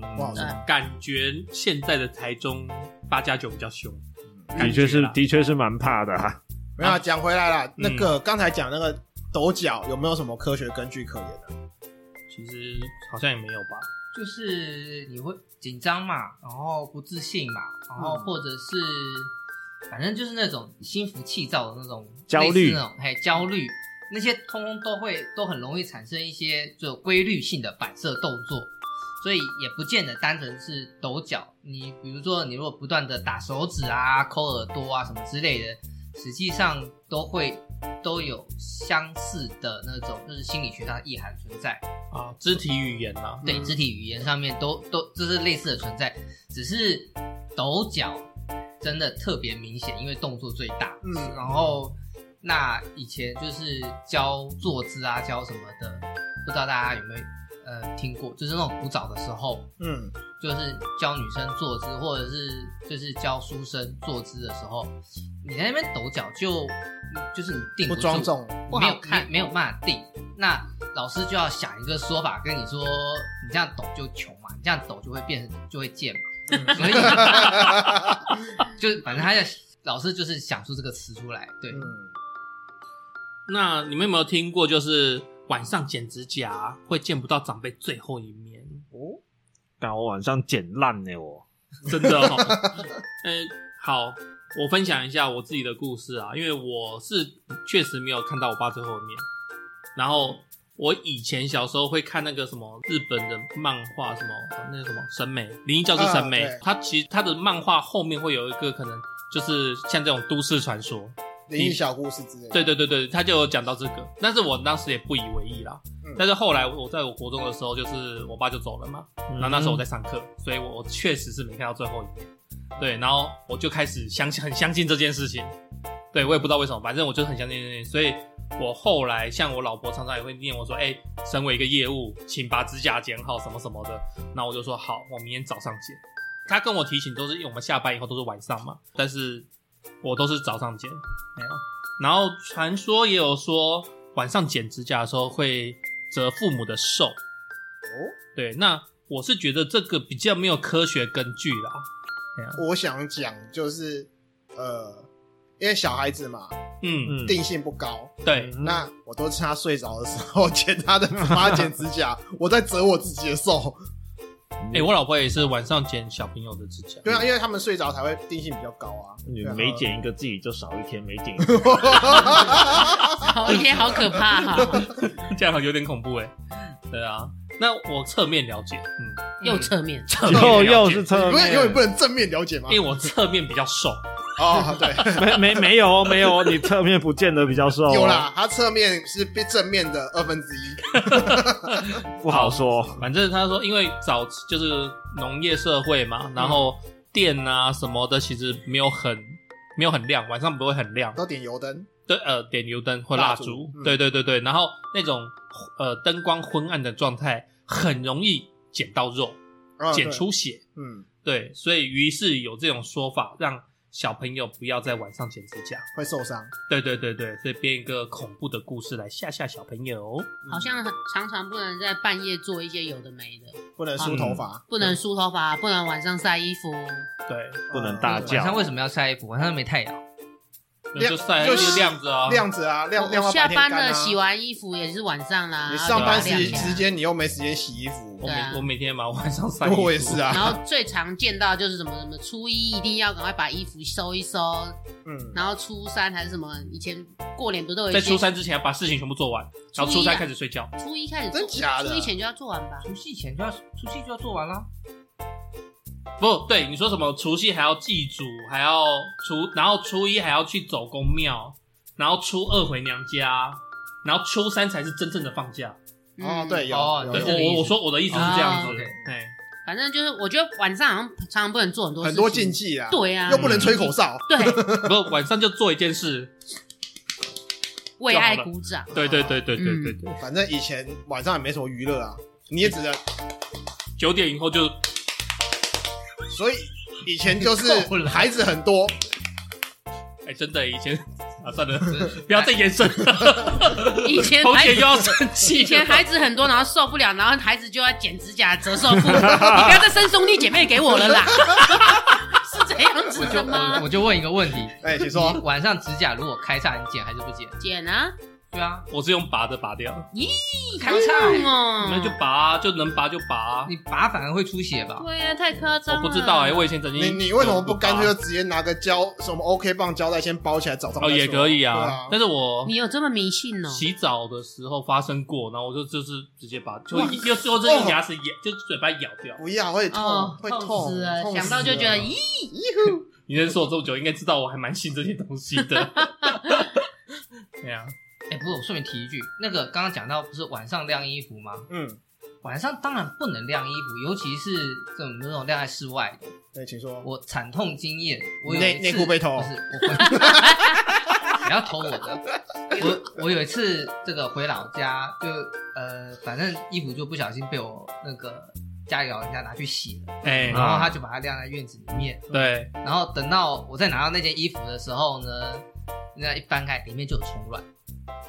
C: 嗯，
E: 不好说。
D: 感觉现在的台中八加九比较凶，
C: 的确是，的确是蛮怕的啊。
E: 没有啊讲回来了，那个刚才讲那个抖脚有没有什么科学根据可言啊的？
D: 其实好像也没有吧。
A: 就是你会紧张嘛，然后不自信嘛，然后
C: 嗯
A: 或者是反正就是那种心浮气躁的那种
C: 焦虑
A: 类似那种嘿焦虑，那些通通都会都很容易产生一些就规律性的反射动作，所以也不见得单纯是抖脚。你比如说，你如果不断的打手指啊、抠耳朵啊什么之类的，实际上都会都有相似的那种就是心理学上的意涵存在。
D: 啊，肢体语言啊啦、
A: 对
B: 嗯
A: 肢体语言上面都都这是类似的存在，只是抖脚真的特别明显，因为动作最大。
E: 嗯
A: 然后那以前就是教坐姿啊，教什么的，不知道大家有没有呃听过？就是那种古早的时候，
E: 嗯，
A: 就是教女生坐姿，或者是就是教书生坐姿的时候，你在那边抖脚就就是你定
E: 不
A: 住
E: 庄重，
B: 不
A: 没
B: 好
A: 有
B: 看
A: 没没有办法定。那老师就要想一个说法跟你说，你这样抖就穷嘛，你这样抖就会变就会贱嘛，
B: 嗯
A: 所以 就是反正他就老师就是想出这个词出来，对，
E: 嗯，
D: 那你们有没有听过，就是晚上剪指甲会见不到长辈最后一面？
E: 哦，
C: 但我晚上剪烂呢，我
D: 真的哦。 嗯，好，我分享一下我自己的故事啊，因为我是确实没有看到我爸最后一面。然后我以前小时候会看那个什么日本的漫画，什么那个什么审美，灵异教师审美
E: 啊对，
D: 它其实它的漫画后面会有一个可能就是像这种都市传说，
E: 灵异小故事之类的。
D: 对对对对，他就有讲到这个，但是我当时也不以为意啦。
E: 嗯
D: 但是后来我在我国中的时候，就是我爸就走了嘛，
E: 嗯
D: 然后那时候我在上课，所以我我确实是没看到最后一面。对，然后我就开始相信，很相信这件事情。对我也不知道为什么，反正我就很相信这件事情，所以我后来像我老婆常常也会念我说：“哎、身为一个业务，请把指甲剪好，什么什么的。”那我就说：“好，我明天早上剪。”他跟我提醒都是因为我们下班以后都是晚上嘛，但是我都是早上剪，没有。然后传说也有说，晚上剪指甲的时候会折父母的寿。
E: 哦，
D: 对，那我是觉得这个比较没有科学根据啦。对啊
E: 我想讲就是，呃，因为小孩子嘛，
D: 嗯，
C: 嗯，
E: 定性不高，
D: 对，
E: 那我都趁他睡着的时候 剪他的，帮他剪指甲，我在折我自己的手。
C: 嗯
D: 哎、我老婆也是晚上剪小朋友的指甲。
E: 对啊，因为他们睡着才会定性比较高啊。
D: 嗯
C: 你
E: 对啊
C: 每剪一个自己就少一天，每剪一个
B: 好，今天哦好可怕啊 哈、
D: 这样有点恐怖哎、对啊，那我侧面了解，嗯，
B: 右侧面，
D: 侧
C: 又
D: 面了
C: 哦
D: 解
C: 又是，侧
E: 不是
C: 面，
E: 永远不能正面了解吗？
D: 因为我侧面比较瘦。
E: 哦， 对，
C: 没没没有哦没有哦，你侧面不见得比较瘦哦，
E: 有啦，他侧面是被正面的二分之一。
C: 不好说。
D: 反正他说，因为早就是农业社会嘛，然后电啊什么的其实没有很没有很亮，晚上不会很亮。
E: 都点油灯，
D: 对，呃，点油灯或
E: 蜡
D: 蜡
E: 烛
D: 烛
E: 嗯，
D: 对对对对，然后那种呃灯光昏暗的状态，很容易捡到肉，
E: 啊
D: 捡
E: 对
D: 出血。
E: 嗯
D: 对，所以于是有这种说法，让小朋友不要在晚上剪指甲。
E: 会受伤，
D: 对对对对，所以编一个恐怖的故事来吓吓小朋友。
B: 好像很常常不能在半夜做一些有的没的，
E: 不能梳头发，
B: 不能梳头发，不能晚上晒衣服，
D: 对，
E: 啊
C: 不能大
A: 晚上
C: 叫。
A: 为什么要晒衣服？晚上没太阳，
D: 那就晒
E: 就
D: 就是这样子啊，
E: 晾着啊，
B: 我
E: 晾晾
B: 我
E: 到
B: 下
E: 白天
B: 班
E: 干
B: 了，
E: 啊。
B: 洗完啊衣服也是晚上啦。
E: 你上班
D: 时
E: 时
B: 然后就把它晾起来
E: 时，间你又没时间洗衣服
D: 我，
B: 对啊
D: 每我每天嘛晚上晒衣服，
E: 我也是啊
B: 然，后最常见到就是什么什么初一一定要赶快把衣服收一收，
E: 嗯，
B: 然后初三还是什么，以前过年不都有
D: 在
B: 一
D: 初
B: 些
D: 三之前要把事情全部做完，然后初三开始睡觉。
B: 初一开始做
E: 真假的
B: 初一前就要做完吧？
A: 除夕前就要除夕就要做完了。
D: 不对，你说什么？除夕还要祭祖，还要初，然后初一还要去走公庙，然后初二回娘家，然后初三才是真正的放假。
E: 哦
B: 嗯
E: 对，有
A: 哦
E: 有
A: 对
D: 对，
A: 这
E: 有
A: 个意思
D: 我我说我的意思是这样
B: 哦
A: 啊
D: 子
A: ，OK。
D: 哎，
B: 反正就是我觉得晚上好像常常不能做很多
E: 很多
B: 事情
E: 禁，忌啊，
B: 对啊，
E: 又不能吹口哨，
B: 对，
D: 不，晚上就做一件事。
B: 为爱鼓掌，
D: 对对对对对
B: 嗯
D: 对对，
E: 反正以前晚上也没什么娱乐啊，你也只能，
D: 九点以后就
E: 所以以前就是
D: 够了
E: 孩子很多，
D: 哎，真的以前啊，算了，不要再延伸了，
B: 哎以前
D: 红
B: 孩
D: 姐
B: 子
D: 又要生气
B: 以
D: 了。
B: 前孩子很多，然后受不了，然后孩子就要剪指甲折寿父，你不要再生兄弟姐妹给我了啦， 是这样子
A: 我就
B: 的
A: 我
B: 吗？
A: 我就问一个问题，
E: 哎，请
A: 你
E: 说，
A: 晚上指甲如果开叉，你剪还是不剪？
B: 剪啊，
A: 对啊，
D: 我是用拔的拔掉，
A: 开叉，
B: 哦，
D: 那就拔啊，就能拔就拔啊。
A: 你拔反而会出血吧？
B: 对啊，太夸张
D: 我
B: 了，
D: 不知道哎，我以前曾经
E: 你你为什么不干脆
D: 有
E: 就
D: 拔
E: 直接拿个胶什么 OK 棒胶带先包起来找上？
D: 哦也可以啊
E: 啊，，
D: 但是我
B: 你有这么迷信哦？
D: 洗澡的时候发生过，然后我就就是直接把就
E: 哇
D: 又最后这用牙齿咬，就嘴巴咬掉。
E: 不要会痛
B: 哦，
E: 会
B: 痛死了，
E: 痛
B: 想到就觉得，咦，
D: 你认识我这么久，应该知道我还蛮信这些东西的。对啊，
A: 哎，不过我顺便提一句，那个刚刚讲到不是晚上晾衣服吗？
E: 嗯，
A: 晚上当然不能晾衣服，尤其是这种那种晾在室外的。
E: 对，请说，
A: 我惨痛经验，我有
E: 哦内
A: 一次
E: 内裤被偷
A: 不是我 回，不要偷我的。我我有一次这个回老家，就呃，反正衣服就不小心被我那个家里老人家拿去洗了，
C: 啊
D: 哎、
E: 啊
A: 然后他就把它晾在院子里面，
D: 对，
A: 然后等到我再拿到那件衣服的时候呢，那一翻开里面就有虫卵。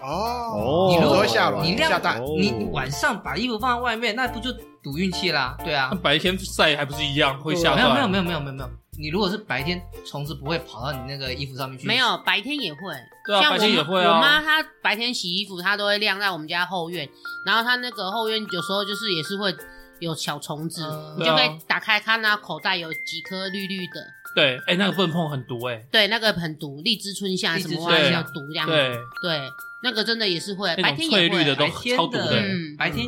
E: 哦，
A: 你如
E: 都
A: 果
E: 会下卵
A: 你晾
E: 下蛋，
C: 哦
A: 你你晚上把衣服放在外面，那不就赌运气啦？对啊
D: 那，白天晒还不是一样会下
A: 没有
D: 蛋？
A: 没有没有没有没有没有，你如果是白天，虫子不会跑到你那个衣服上面去。
B: 没有，白天也会。
D: 对啊
B: 像我
D: 白天也会啊
B: 我妈她白天洗衣服，她都会晾在我们家后院，然后她那个后院有时候就是也是会有小虫子，
A: 嗯
B: 你就可
D: 对
B: 以
D: 啊
B: 打开看那口袋有几颗绿绿的，
D: 对，哎、那个笨碰很毒哎、
B: 对，那个很毒，荔枝春夏
A: 荔
B: 什
A: 枝
B: 么
A: 春
B: 花
D: 夏
B: 有毒这样子，
D: 对，
B: 对，那个真的也是会，
D: 那
B: 白
D: 种
B: 天
D: 翠
B: 也
D: 绿
B: 会
D: 的都
A: 白天
D: 超毒
A: 的
D: 的。
B: 嗯，
A: 白天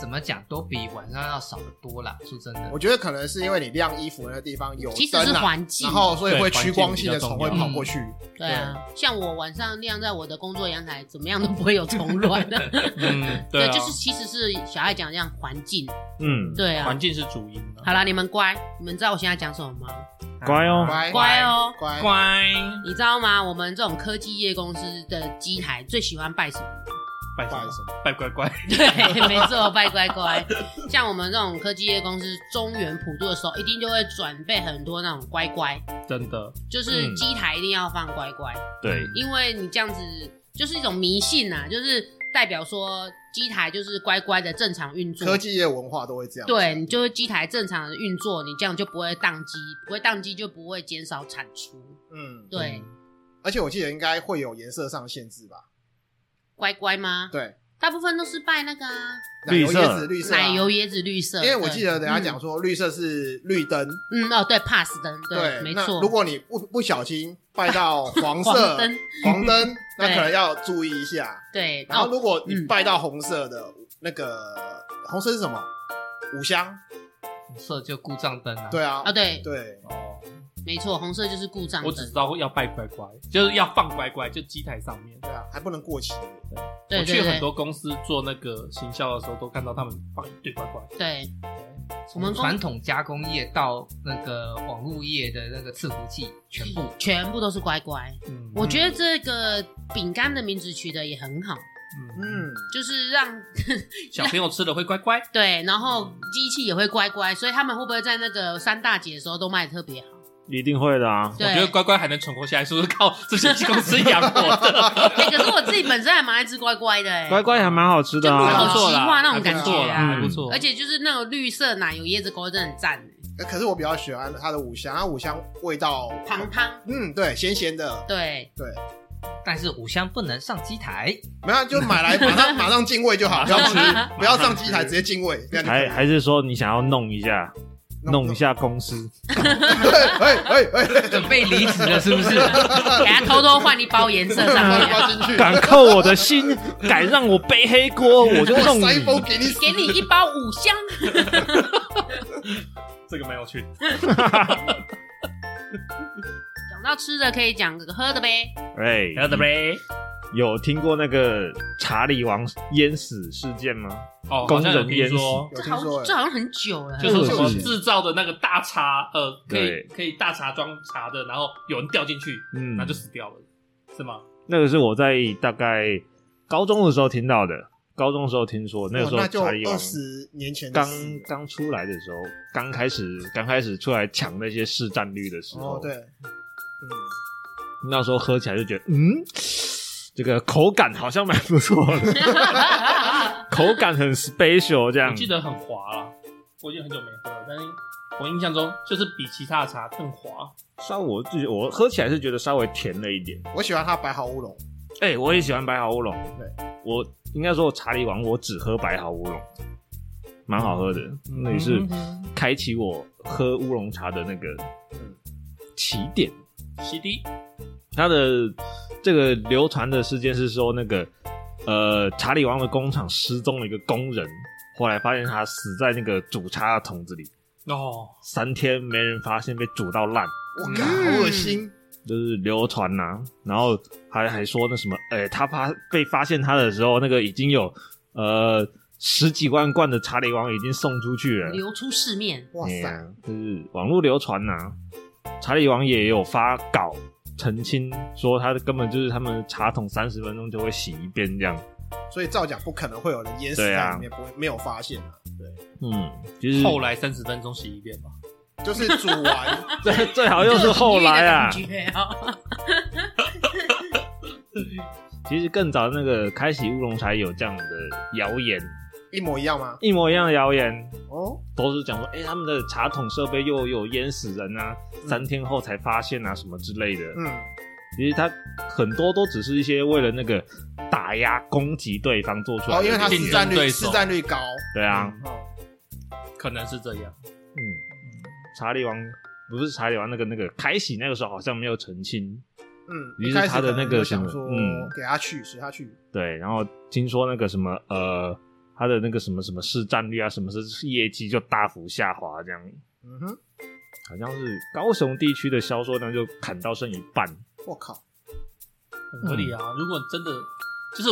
A: 怎么讲都比晚上要少得多啦，说真的
E: 我。觉得可能是因为你晾衣服的那个地方有
B: 其实
E: 灯
B: 是
E: 啊，
B: 环嗯境
E: 然，后所以会
D: 对环
E: 趋
D: 境
E: 光性的虫会
D: 比较重
A: 要
E: 跑过去，
B: 对啊，像我晚上晾在我的工作阳台，怎么样都不会有虫卵，
D: 嗯，对啊，
B: 就是其实是小爱讲这样环境，
C: 嗯，
B: 对啊，
D: 环境是主因的。
B: 好啦，你们乖，你们知道我现在讲什么吗？
C: 乖哦
E: 乖
B: 乖哦，
E: 乖，
D: 乖，
B: 你知道吗？我们这种科技业公司的机台最喜欢拜什么？
D: 拜
E: 拜
D: 什么
E: 什么？
D: 拜乖乖，
B: 对，没错，拜乖乖。像我们这种科技业公司，中原普渡的时候，一定就会准备很多那种乖乖，
D: 真的，
B: 就是
C: 嗯
B: 机台一定要放乖乖，
C: 对，
B: 因为你这样子就是一种迷信呐、就是代表说机台就是乖乖的正常运作。
E: 科技业文化都会这样，
B: 对你就是机台正常的运作，你这样就不会宕机，不会宕机就不会减少产出。
E: 嗯，
B: 对，
E: 而且我记得应该会有颜色上限制吧？
B: 乖乖吗？
E: 对，
B: 大部分都是拜那个啊，
E: 奶油
C: 绿色
E: 椰子绿色啊，
B: 奶油椰子绿色。
E: 因为我记得
B: 对
E: 人家讲，说绿色是绿灯，
B: 嗯嗯哦，对，pass 灯，
E: 对，
B: 没
E: 那
B: 错。
E: 如果你不不小心拜 到黄色
B: 黄灯，
E: 黄灯，那
B: 对
E: 可能要注意一下。
B: 对，
E: 然后
B: 哦，
E: 如果你
B: 嗯
E: 拜到红色的那个红色是什么？五香，
A: 红色就故障灯啊。，
E: 对啊
B: 啊，，对，
E: 对，
D: 哦，
B: 没错，红色就是故障
D: 我只知
B: 灯，
D: 道要拜乖乖，就是要放乖乖，就机台上面。
E: 对啊，还不能过期。
B: 对
D: 我去
B: 对
D: 很
B: 对
D: 多公司做那个行销的时候，都看到他们放一堆乖乖。
B: 对。我们公
A: 传统加工业到那个网络业的那个伺服器，全部
B: 全部都是乖乖。
D: 嗯，
B: 我觉得这个饼干的名字取得也很好，
D: 嗯，
E: 嗯，
B: 就是让
D: 小朋友吃了会乖乖。
B: 对，然后机器也会乖乖，所以他们会不会在那个三大节的时候都卖得特 别好？
C: 一定会的啊。
D: 我觉得
B: 对，
D: 乖乖还能存活下来，是不是靠这些公司养活的？
B: 哎、可是我自己本身还蛮爱吃乖乖的、哎，
C: 乖乖还蛮好吃的
B: 就入
D: 还
B: 口
C: 啊
D: 不，错 啦，
B: 好奇怪那种感觉啊
D: 还不错啦，还
B: 而
D: 不错。
B: 且就是那种绿色奶油椰子糕，真的很赞、哎
E: 可是我比较喜欢它的五香，它五香味道
B: 胖胖，
E: 嗯，对，咸咸的，
B: 对，
E: 对，
A: 但是五香不能上机台，
E: 没有啊就 买来马上马上进位就好，不要
D: 马上
E: 吃，不要上机 台，
D: 吃
E: 直接进位，这样就可以
C: 还还是说你想要弄一下，弄一， 下公司？
E: 哎哎哎，
A: 准备离职了是不 是？
B: 给他偷偷换一包颜色上
E: 放
B: 面，
E: 包进去，
C: 敢扣我的心，敢让我背黑锅，我就弄
E: 我 塞
C: 你
E: 风。给你，
B: 给你一包五香。
D: 这个蛮有趣的。
B: 讲到吃的，可以讲喝的呗。
C: 哎，
D: 喝的呗。
C: 有听过那个查理王淹死事件吗？
D: 哦，
C: 工
D: 好
C: 人
D: 像有听
C: 淹死
D: 说，
E: 有
B: 这
E: 听
B: 好像
E: 说
B: 这好像很久了，
D: 就是什么
C: 是
D: 制造的那个大茶，呃，可以
C: 对
D: 可以大茶装茶的，然后有人掉进去，
C: 嗯
D: 那就死掉了，是吗？
C: 那个是我在大概高中的时候听到的，高中的时候听说，那个时
E: 哦
C: 候
E: 那就
C: 查理王
E: 二十年前的
C: 刚
E: 事
C: 刚出来的时候，刚开始刚开始出来抢那些市占率的时候，
E: 哦，对，，嗯，
C: 那时候喝起来就觉得，嗯，这个口感好像蛮不错的，口感很 special 这样
D: 我。记得很滑啦，我已经很久没喝了，但是我印象中就是比其他的茶更滑。
C: 稍微我自己我喝起来是觉得稍微甜了一点。
E: 我喜欢它白毫乌龙，
C: 哎、我也喜欢白毫乌龙。
E: 对，
C: 我应该说我查理王，我只喝白毫乌龙，蛮好喝的。那也是开启我喝乌龙茶的那个起点。
D: 西迪，
C: 它的这个流传的事件是说，那个呃，查理王的工厂失踪了一个工人，后来发现他死在那个煮茶的桶子里，
D: 哦，
C: 三天没人发现，被煮到烂。
E: 我靠，好恶心，
C: 就是流传呐、然后还还说那什么，哎、他发被发现他的时候，那个已经有呃十几万罐的查理王已经送出去了，
B: 流出市面。
E: 哇
C: 哎
E: 塞，
C: 呀就是网络流传呐、查理王也有发稿澄清，说他根本就是他们茶桶三十分钟就会洗一遍这样。
E: 所以照讲不可能会有人淹死
C: 对
E: 在
C: 啊
E: 里面，不会没有发现啊，
C: 嗯，其实
D: 后来三十分钟洗一遍吧。
E: 就是煮完
C: 最最好又是后来 啊
B: 这，种隐喻的感觉哦
C: 其实更早那个开禧乌龙茶也有这样的谣言，
E: 一模一样吗？
C: 一模一样的谣言，
E: 哦，
C: 都是讲说，哎、他们的茶桶设备又有淹死人啊，三天后才发现啊，什么之类的。
E: 嗯，
C: 其实它很多都只是一些为了那个打压、攻击对方做出来
E: 哦，
C: 的。
E: 因为它
D: 竞
E: 市
D: 争
E: 占
D: 对
E: 率
D: 手
E: 市占率高，
C: 对啊，
E: 哦，
D: 可能是这样。
C: 嗯，查理王不是查理王那个那个开禧那个时候好像没有澄清，
E: 嗯，
C: 于是
E: 一开始
C: 他的
E: 可能
C: 那个
E: 就
C: 什
E: 想
C: 么
E: 说
C: 嗯
E: 给他去，随他去，
C: 对，然后听说那个什么呃，他的那个什么什么市占率啊，什么是业绩就大幅下滑，这样
E: 嗯哼，
C: 好像是高雄地区的销售量就砍到剩一半。
E: 我靠，
D: 很合理啊。如果真的就是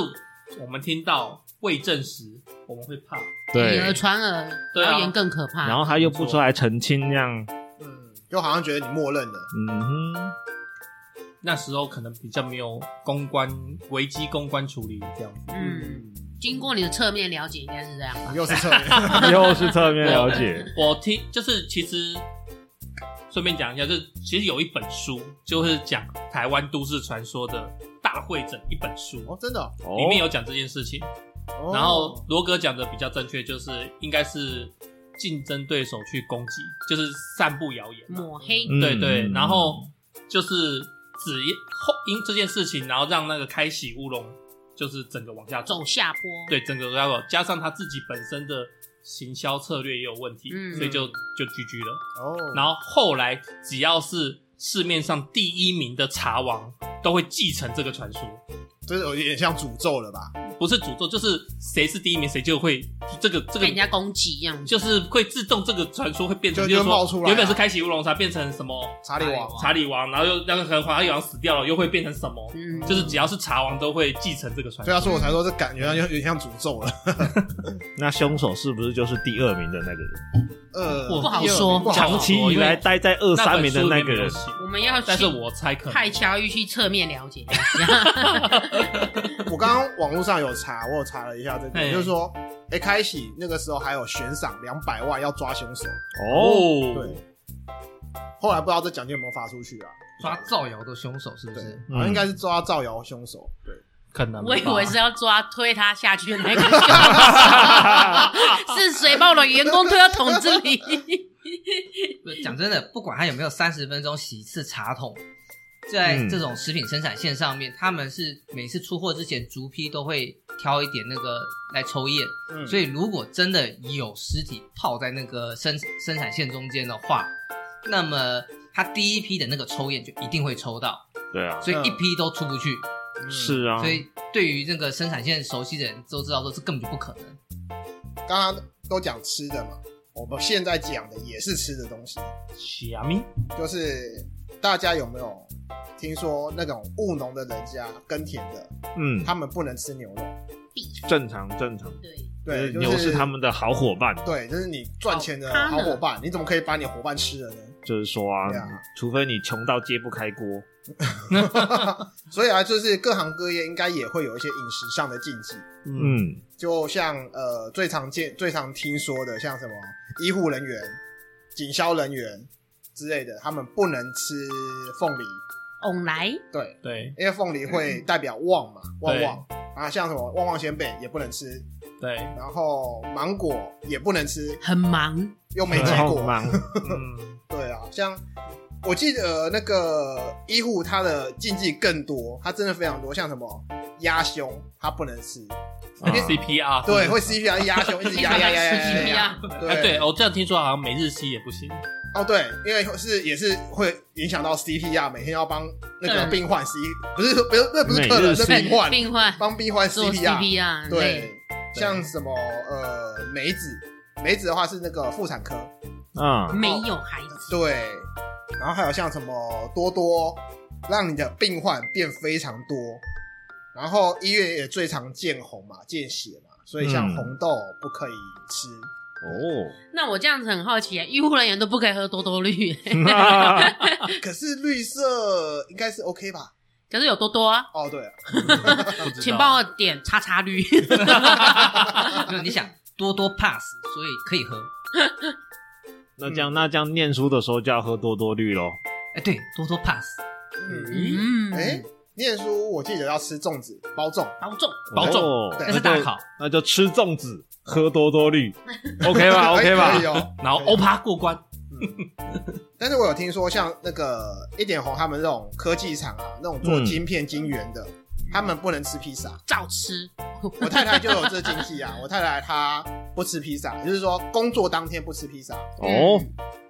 D: 我们听到未证实，我们会怕。
B: 以讹传讹，
D: 对啊
B: 谣言更可怕。
C: 然后他又不出来澄清，这样，
E: 嗯，就好像觉得你默认了，
C: 嗯哼，
D: 那时候可能比较没有公关危机公关处理这样子。
B: 嗯，经过你的侧面了解，应该是这样吧？
E: 你又是 侧面，
C: 又是侧面了 解，
D: 我听就是其实顺便讲一下，就是其实有一本书就是讲台湾都市传说的大会诊一本书，啊
E: 哦，真的哦，
C: 哦
D: 里面有讲这件事情。
E: 哦
D: 然后罗哥讲的比较正确，就是应该是竞争对手去攻击，就是散布谣言嘛。
B: 抹黑，
C: 嗯
D: 对对，然后就是只因后因这件事情，然后让那个开禧乌龙就是整个往下走，
B: 走下坡。
D: 对，整个要加上他自己本身的行销策略也有问题，
B: 嗯
D: 所以就就 GG 了。
E: 哦，
D: 然后后来只要是市面上第一名的茶王，都会继承这个传说，
E: 这有点像诅咒了吧？
D: 不是诅咒，就是谁是第一名，谁就会这个
B: 被
D: 这个
B: 人家攻击一样子。
D: 就是会自动这个传说会变成，
E: 就
D: 就是
E: 就冒出
D: 说
E: 来啊
D: 原本是开启乌龙茶变成什么
B: 哦
E: 查理王
D: 查理王，然后又那个可能黄阿王死掉了，又会变成什么？
B: 嗯，
D: 就是只要是茶王都会继承这个传
E: 对
D: 说。
E: 啊，所以我才说这感觉上有点像诅咒了。
C: 那凶手是不是就是第二名的那个人？
E: 呃，
D: 我
B: 不好
E: 第二名
B: 说
E: 不好
D: 讲
C: 长
E: 说。
C: 期以来待在二
D: 那
C: 三
D: 本
E: 啊
C: 名的
D: 哦书
C: 那
D: 里
C: 个
D: 面有
C: 人，
D: 写
B: 我们要
D: 但是
B: 去
D: 我猜可能
B: 派乔玉去侧面了解。
E: 我刚刚网络上有查，我有查了一下这个，
D: 嘿
E: 就是说，哎、开启那个时候还有悬赏两百万要抓凶手，
C: 哦，
E: 对。后来不知道这奖金有没有发出去啊？
A: 抓造谣的凶手是不是？
E: 哦
C: 嗯
E: 好像应该是抓造谣凶手。对，
D: 可能吧，
B: 我以为是要抓推他下去的那个凶手，是谁把我的员工推到桶子里？
A: 不讲真的，不管他有没有三十分钟洗一次茶桶，在
C: 嗯
A: 这种食品生产线上面，他们是每次出货之前逐批都会挑一点那个来抽验，
E: 嗯，
A: 所
E: 以
A: 以如果真的有尸体泡在那个生生产线中间的话，那么他第一批的那个抽验就一定会抽到，
C: 对啊，
A: 所以一批都出不去。
E: 嗯
C: 是啊，
A: 所以对于那个生产线熟悉的人都知道，说这根本就不可能。
E: 刚刚都讲吃的嘛，我们现在讲的也是吃的东西，
D: 虾米，
E: 就是大家有没有听说那种务农的人家耕田的，
C: 嗯，
E: 他们不能吃牛肉？
C: 正常正常，
B: 对，
E: 对，就
C: 嗯牛是他。们的好伙伴，
E: 对，就是你赚钱的好伙伴，你怎么可以把你伙伴吃了呢？
C: 就是说啊
E: 对啊，
C: 除非你穷到揭不开锅，
E: 所以啊，就是各行各业应该也会有一些饮食上的禁忌，
D: 嗯，
C: 嗯，
E: 就像呃最常见、最常听说的，像什么医护人员、警消人员之类的，他们不能吃凤梨，
B: 翁来
E: 对，
D: 对
E: 因为凤梨会代表旺嘛，旺
D: 对
E: 旺啊，像什么旺旺仙贝也不能吃，
D: 对，
E: 然后芒果也不能吃，
B: 很忙，
E: 又没结
C: 然后
E: 果，
C: 忙，
D: 嗯，
E: 对啊，像我记得呃那个医护他的禁忌更多，他真的非常多，像什么压胸他不能吃，
C: 啊
D: CPR
E: 对，会 CPR 压 胸，一直压压压压压压压，
B: 呀，
D: 哎，
C: 啊
E: 对
C: 哦
D: 对我这样听说好像每日吸也不行，
E: 哦对，因为是也是会影响到 CPR，每天要帮那个
B: 嗯
E: 病患 C，不是不是那不是客
C: 每
E: 人，
C: 日
E: 是病患，
B: 啊病患
E: 帮病患
B: 做啊
E: CPR，
B: CPR，很累
E: 啊对，像什么呃梅子，梅子的话是那个妇产科，
C: 啊，
B: 没有孩子，
E: 对，然后还有像什么多多，让你的病患变非常多。然后医院也最常见红嘛，见血嘛，所以像
C: 嗯
E: 红豆不可以吃。
C: 哦，
B: 那我这样子很好奇，啊医护人员都不可以喝多多绿，
E: 可是绿色应该是 OK 吧？
B: 可是有多多啊，
E: 哦，对了，
D: 不知道
B: 请帮我点叉叉绿，
A: 就是你想多多 pass，所以可以喝。
C: 那这样那这样念书的时候就要喝多多绿喽，
A: 哎，对，多多 pass，
E: 嗯，
B: 嗯，
E: 哎，念书我记得要吃粽子，包粽。
B: 保重，
D: 保重
C: 哦
E: 对
A: 但是大考，
C: 那就吃粽子，喝多 多绿，OK 吧
E: 哎
C: ？OK
E: 可以
C: 吧？
E: 哦。
D: 然后欧趴过关，
E: 但是我有听说，像那个一点红他们这种科技厂啊，那种做
C: 嗯
E: 晶片晶圆的，他们不能吃披萨。
B: 照吃，
E: 我太太就有这禁忌啊，我太太她不吃披萨，也就是说工作当天不吃披萨，
C: 哦，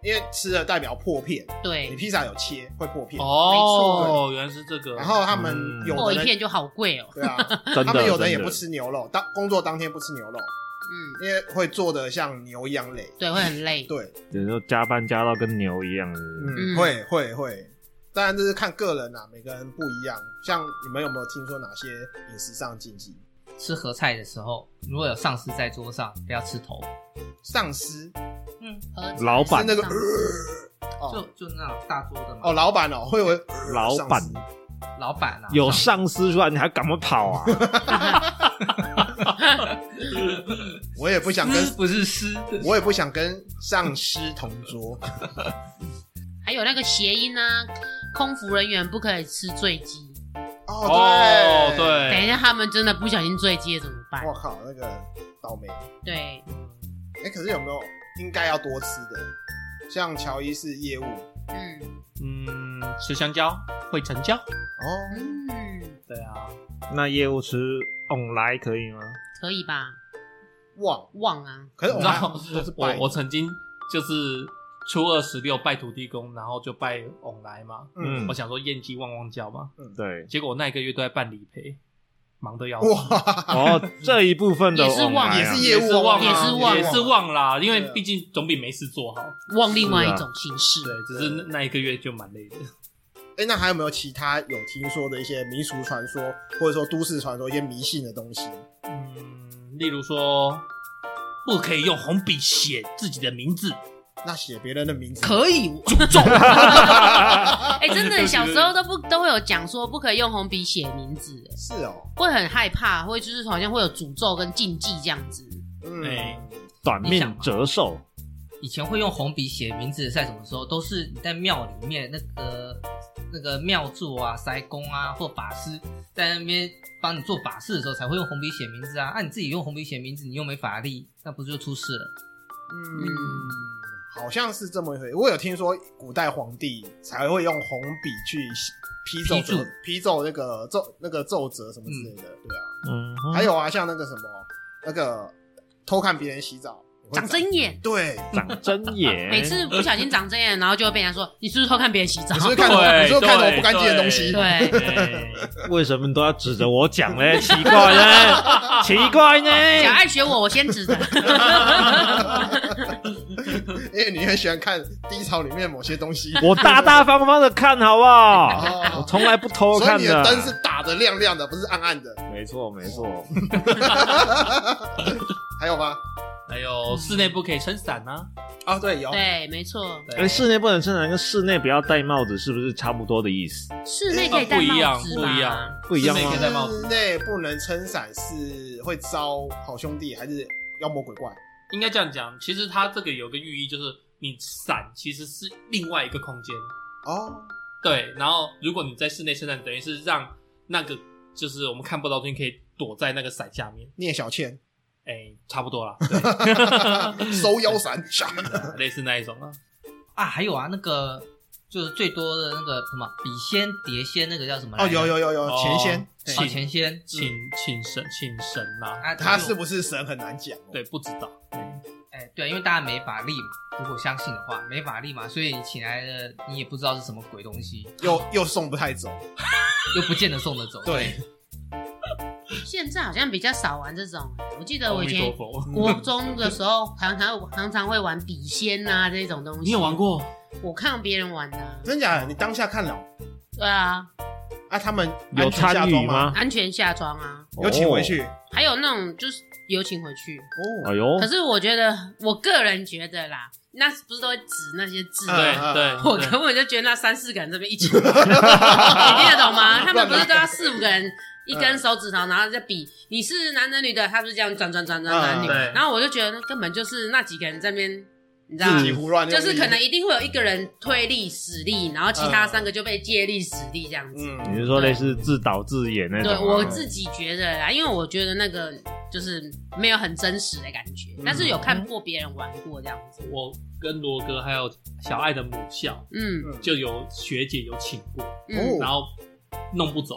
E: 因为吃了代表破片，你
B: 嗯对，
E: 披萨有切会破片。
D: 哦，原来是这个，
E: 然后他们
C: 嗯
E: 有
B: 破
E: 的
B: 一
E: 人、
B: 片就好贵哦，
E: 对啊，
C: 真
E: 他们
C: 的，
E: 有的人也
C: 真
E: 不，吃牛肉，当工作当天不吃牛肉，
B: 嗯，
E: 因为会做的像牛一样累。
B: 对，会很累，
E: 对，
C: 有时候加班加到跟牛一样，
E: 嗯，
B: 嗯
E: 会会会。当然这是看个人啦、每个人不一样。像你们有没有听说哪些饮食上禁忌？
A: 吃合菜的时候，
E: 嗯
A: 如果有丧尸在桌上，不要吃头，
E: 丧尸
B: 合起来
C: 老板
E: 是那个、
B: 上
A: 就
E: 哦
A: 就那种大桌的嘛。
E: 哦，老板哦，会呃有
C: 老板
A: 老板啊，
C: 有
A: 上
C: 上司出来你还赶快跑啊？
E: 我也不想跟
A: 司不是尸，
E: 我也不想跟上司同 桌。
B: 还有那个谐音啊，空服人员不可以吃醉鸡，
E: 哦
D: 哦，，
B: 等一
D: 对，
B: 下他们真的不小心醉鸡了怎么办？
E: 我靠，那个倒霉。
B: 对，
E: 哎、可是有没有应该要多吃的？像乔伊是业务哦，
B: 嗯
D: 嗯，吃香蕉会成交，
B: 嗯，
D: 对啊，
C: 那业务吃 on 来可以吗？
B: 可以吧？
E: 忘。
B: 忘啊，
E: 可是我
D: 你知
E: 们
D: 道
E: 都是
D: 我
E: 拜，
D: 我曾经就是初二十六拜土地公，然后就拜翁来嘛，
E: 嗯
D: 我想说燕鸡旺旺叫嘛，
C: 对，
D: 结果我那一个月都在办理赔，忙得要死。
E: 哇，
C: 哦，这一部分的
B: 也是
C: on
B: 旺
C: 来
E: 也
C: 啊
E: 是
D: 也
E: 业务
D: 是
E: 啊，
D: 旺啊，
B: 也是旺啊
D: 也是旺啦，因为
E: 对啊
D: 毕竟总比没事做好。
B: 忘另外一种形式。
D: 对，只是那那一个月就蛮累的。
E: 哎、那还有没有其他有听说的一些民俗传说，或者说都市传说一些迷信的东西？
D: 嗯，例如说，不可以用红笔写自己的名字，
E: 那写别人的名字
B: 可
E: 以，
B: 以诅咒。哎、真的，小时候都不都会有讲说不可以用红笔写名字，哎
E: 是哦，
B: 会很害怕，会就是好像会有诅咒跟禁忌这样子。
E: 嗯，
D: 哎
C: 短
B: 啊
C: 命折寿，
A: 以前会用红笔写名字，在什么时候都是你在庙里面那个那个庙祝啊、塞公啊或法师在那边帮你做法事的时候，才会用红笔写名字啊。啊，你自己用红笔写名字，你又没法力，那不是就出事 了？
E: 嗯，好像是这么一回事。我有听说古代皇帝才会用红笔去批奏
A: 批注
E: 折批奏那个奏那个奏折什么之类的，对啊。
C: 嗯，
E: 还有啊，像那个什么那个偷看别人洗澡，你会
B: 长针眼，
E: 对，
C: 长针眼，
B: 每次不小心长针眼，然后就会被人家 说你是不是偷看别人洗澡
E: 你？是不是看到
D: 对
E: 你是不是看到
D: 对
E: 不干净的东西？
B: 对，
A: 哎
D: 对，
C: 为什么你都要指着我讲嘞？奇怪呢，奇怪
B: 小
C: 呢，
B: 爱学我，我先 指的。
D: 哦
E: 因为你很喜欢看低潮里面某些东西，
C: 我大大方方的看好不好？我
E: 哦，
C: 从来不偷
E: 所以
C: 看
E: 你
C: 的
E: 的灯是打的亮亮的，不是暗暗的。
C: 没错没错，
E: 还有吗？
D: 还有室内不可以撑伞啊，
E: 啊，对，有
B: 对，没错，
C: 哎，室内不能撑伞，跟室内不要戴帽子是不是差不多的意思？
B: 室内可以戴
D: 不一
B: 帽
D: 样
B: 子
D: 不
B: 吧
D: 一样
C: 不一样
D: 室内可以
C: 吗？
D: 戴帽子
E: 室内不能撑伞是会招好兄弟还是妖魔鬼怪？
D: 应该这样讲，其实它这个有个寓意，就是你伞其实是另外一个空间。
E: 哦，
D: 对，然后如果你在室内生产，等于是让那个就是我们看不到的东西可以躲在那个伞下面。
E: 聂 小倩
D: 哎、差不多啦，对
E: 收妖 伞，
D: 类似那一种啊。
A: 啊，还有啊，那个就是最多的那个什么笔仙、碟仙，那个叫什么来
E: 哦，
A: 着？
E: 有有有有
D: 哦
E: 钱仙，对
A: 哦，钱仙，
D: 请请神，请神呐、
B: 嗯
A: 啊，
E: 他
A: 就是
E: 不是神很难讲哦。
D: 对，不知道。
A: 哎，对，因为大家没法力嘛，如果相信的话，没法力嘛，所以你请来的你也不知道是什么鬼东西，
E: 又又送不太走。
A: 又不见得送得走。
E: 对，
B: 现在好像比较少玩这种。我记得
D: 阿
B: 我以
D: 弥陀
B: 前
D: 佛，
B: 国中的时候，常常常常会玩笔仙啊这种东西。
D: 你有玩？过？
B: 我看别人玩的啊。
E: 真假的？你当下看了
B: 对啊，
E: 啊？他们
C: 有
E: 安全下
C: 参与
E: 装？
C: 吗？哦
B: 安全下装啊，
E: 有请回去
B: 还有那种就是有请回去。
E: 哦。
C: 哎呦，
B: 可是我觉得，我个人觉得啦，那不是都会指那些字吗？
E: 嗯
D: 对
E: 嗯
D: 对
E: 嗯，
B: 我
D: 对
B: 根本就觉得那三四个人这边一 起玩，你听得懂吗？他们不是都要四五个人一根手指头，然后再比你是男的女的，他不是这样转转转转转
E: 嗯
B: 女，
D: 对
B: 然后我就觉得那根本就是那几个人在那边，你知道
E: 自己
B: 吗？
E: 胡乱用
B: 就
E: 力
B: 是可能一定会有一个人推力使力，然后其他三个就被借力使力这样子。
C: 你
E: 嗯
C: 是说类似自导自演那种啊
B: 对
C: 吗？
B: 我自己觉得啦，因为我觉得那个就是没有很真实的感觉，但是有看过别人玩过这样子。
D: 我跟罗哥还有小爱的母校
B: 嗯，
E: 嗯
D: 就有学姐有请过，
B: 嗯
E: 哦
D: 然后弄不走。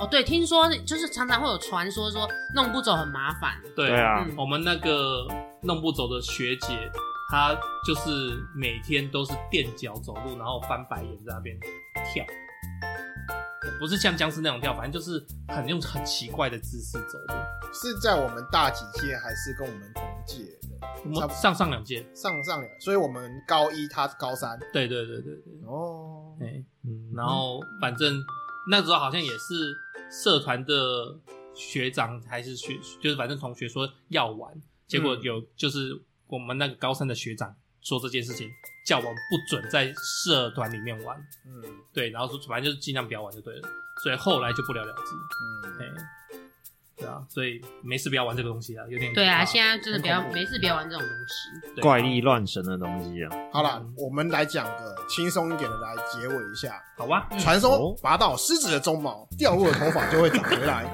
B: 哦，对，听说就是常常会有传说说弄不走很麻烦。
D: 对
C: 对啊，
B: 嗯
D: 我们那个弄不走的学姐，她就是每天都是垫脚走路，然后翻白眼在那边跳，不是像僵尸那种跳，反正就是很用很奇怪的姿势走路。
E: 是在我们大几届还是跟我们同届的
D: 我们上上两届，
E: 上上两？所以我们高一，他高三。
D: 对对对对对，
E: 哦，
D: 哎、然后反正那时候好像也是社团的学长还是学，就是反正同学说要玩，结果有就是我们那个高三的学长说这件事情，叫我们不准在社团里面玩，
E: 嗯
D: 对，然后说反正就是尽量不要玩就对了，所以后来就不了了之，
E: 嗯，
D: 哎、对啊，所以没事不要玩这个东西啊，有点
B: 对啊，
D: 可怕
B: 现在真的不要
D: 很恐怖
B: 没事不要玩这种东西。
D: 对
C: 怪力乱神的东西啊，
E: 好了，我们来讲个轻松一点的来结尾一下。
D: 好吧，
E: 传说
C: 哦
E: 拔到狮子的鬃毛，掉落的头发就会长回 来。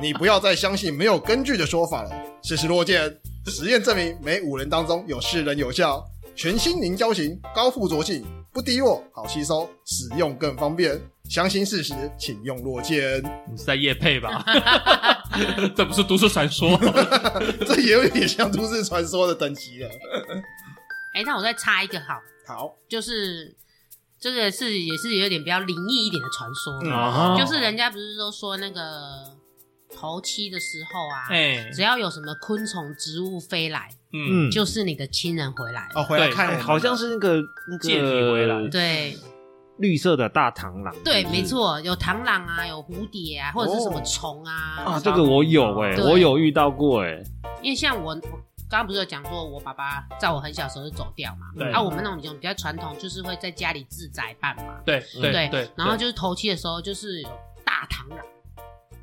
E: 你不要再相信没有根据的说法了。事实落见，实验证明每五人当中有四人有效，全心灵交型，高附着性，不低落，好吸收，使用更方便。相信事实，请用落剑。
D: 你是在夜配 吧？ 这不是都市传说。
E: 这也有点像都市传说的等级了。
B: 哎、那我再插一个好，
E: 好，
B: 就是这个是也是有点比较灵异一点的传
E: 嗯
B: 说啦、
C: 啊
D: 哦
C: 哈
B: 就是人家不是都说那个头七的时候啊，
D: 哎、
B: 只要有什么昆虫、植物飞来，
D: 嗯，
C: 嗯，
B: 就是你的亲人回来了。
E: 哦，回来
D: 对
E: 看我们
C: 哎
E: 的，
C: 好像是那个那
D: 借题回来
C: 个
B: 对
C: 绿色的大螳螂，
B: 对，
C: 就是
B: 没错，有螳螂啊，有蝴蝶
C: 哦
B: 啊，或者是什么虫啊，
C: 啊，这个我有哎，
B: 对
C: 我有遇到过哎，
B: 因为像我我刚刚不是有讲说我爸爸在我很小的时候就走掉嘛，
D: 对
B: 啊，我们那种比较传统，就是会在家里自宅办嘛，
D: 对对
B: 对
D: 对，
B: 然后就是头七的时候就是有大唐人，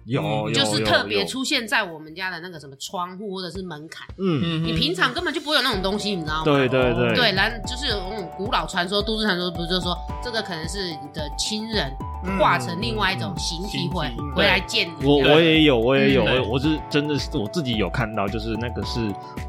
C: 有有
B: 就是
C: 有
B: 特别
C: 有
B: 出现在我们家的那个什么窗户或者是门槛，
C: 嗯，
D: 嗯
B: 你平常根本就不会有那种东西，你知道吗？
C: 对对
D: 哦
C: 对
B: 对，然后就是有那种古老传说、都市传说，不是就说这个可能是你的亲人
E: 嗯
B: 化成另外一种形体
D: 形
B: 回
D: 体
B: 回来见你。
C: 我
D: 对
C: 我也有，我也有，
D: 嗯
C: 我我是真的是我自己有看到，就是那个是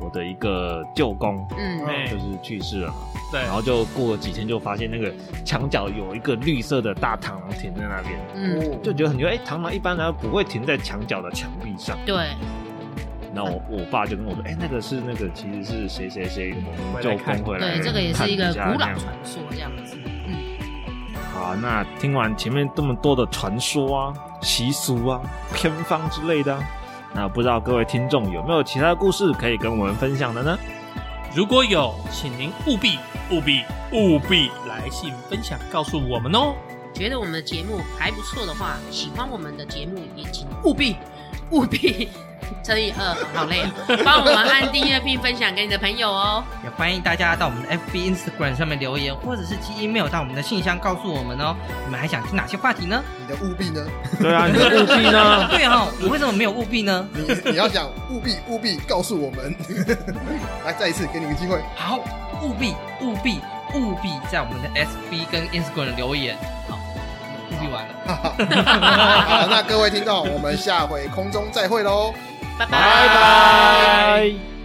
C: 我的一个舅公，
B: 嗯，
D: 哎
C: 就是去世了嘛，
D: 对，
C: 然后就过了几天就发现那个墙角有一个绿色的大螳螂停在那边，
B: 嗯，
C: 就觉得很奇怪，哎、螳螂一般来说不会停在墙角的墙壁上。
B: 对，
C: 然后我我爸就跟我说，哎、那个是那个其实是谁谁谁
D: 回
C: 舅
D: 来
C: 公
D: 看
C: 回来，
B: 对，这个也是一个古老
C: 传。
B: 传说这样子。嗯，
C: 好，那听完前面这么多的传说啊、习俗啊、偏方之类的、啊，那不知道各位听众有没有其他的故事可以跟我们分享 的呢？
D: 如果有，请您务必务必务必来信分享告诉我们哦。
B: 觉得我们的节目还不错的话，喜欢我们的节目也请务必务必 乘以二，好累啊！帮我们按订阅并分享给你的朋友哦。
A: 也欢迎大家到我们的 FB、Instagram 上面留言，或者是寄 email 到我们的信箱告诉我们哦。你们还想听哪些话题呢？
E: 你的务必呢？
C: 对啊，你的务必呢？
A: 对哦，你为什么没有务必呢？
E: 你你要讲务必务必告诉我们。 来，再一次给你个机会。
A: 好，务必务必务必在我们的 FB 跟 Instagram 留言。好，务必完了。
E: 哈哈好，那各位听众，我们下回空中再会喽。
B: 拜拜
C: 拜拜。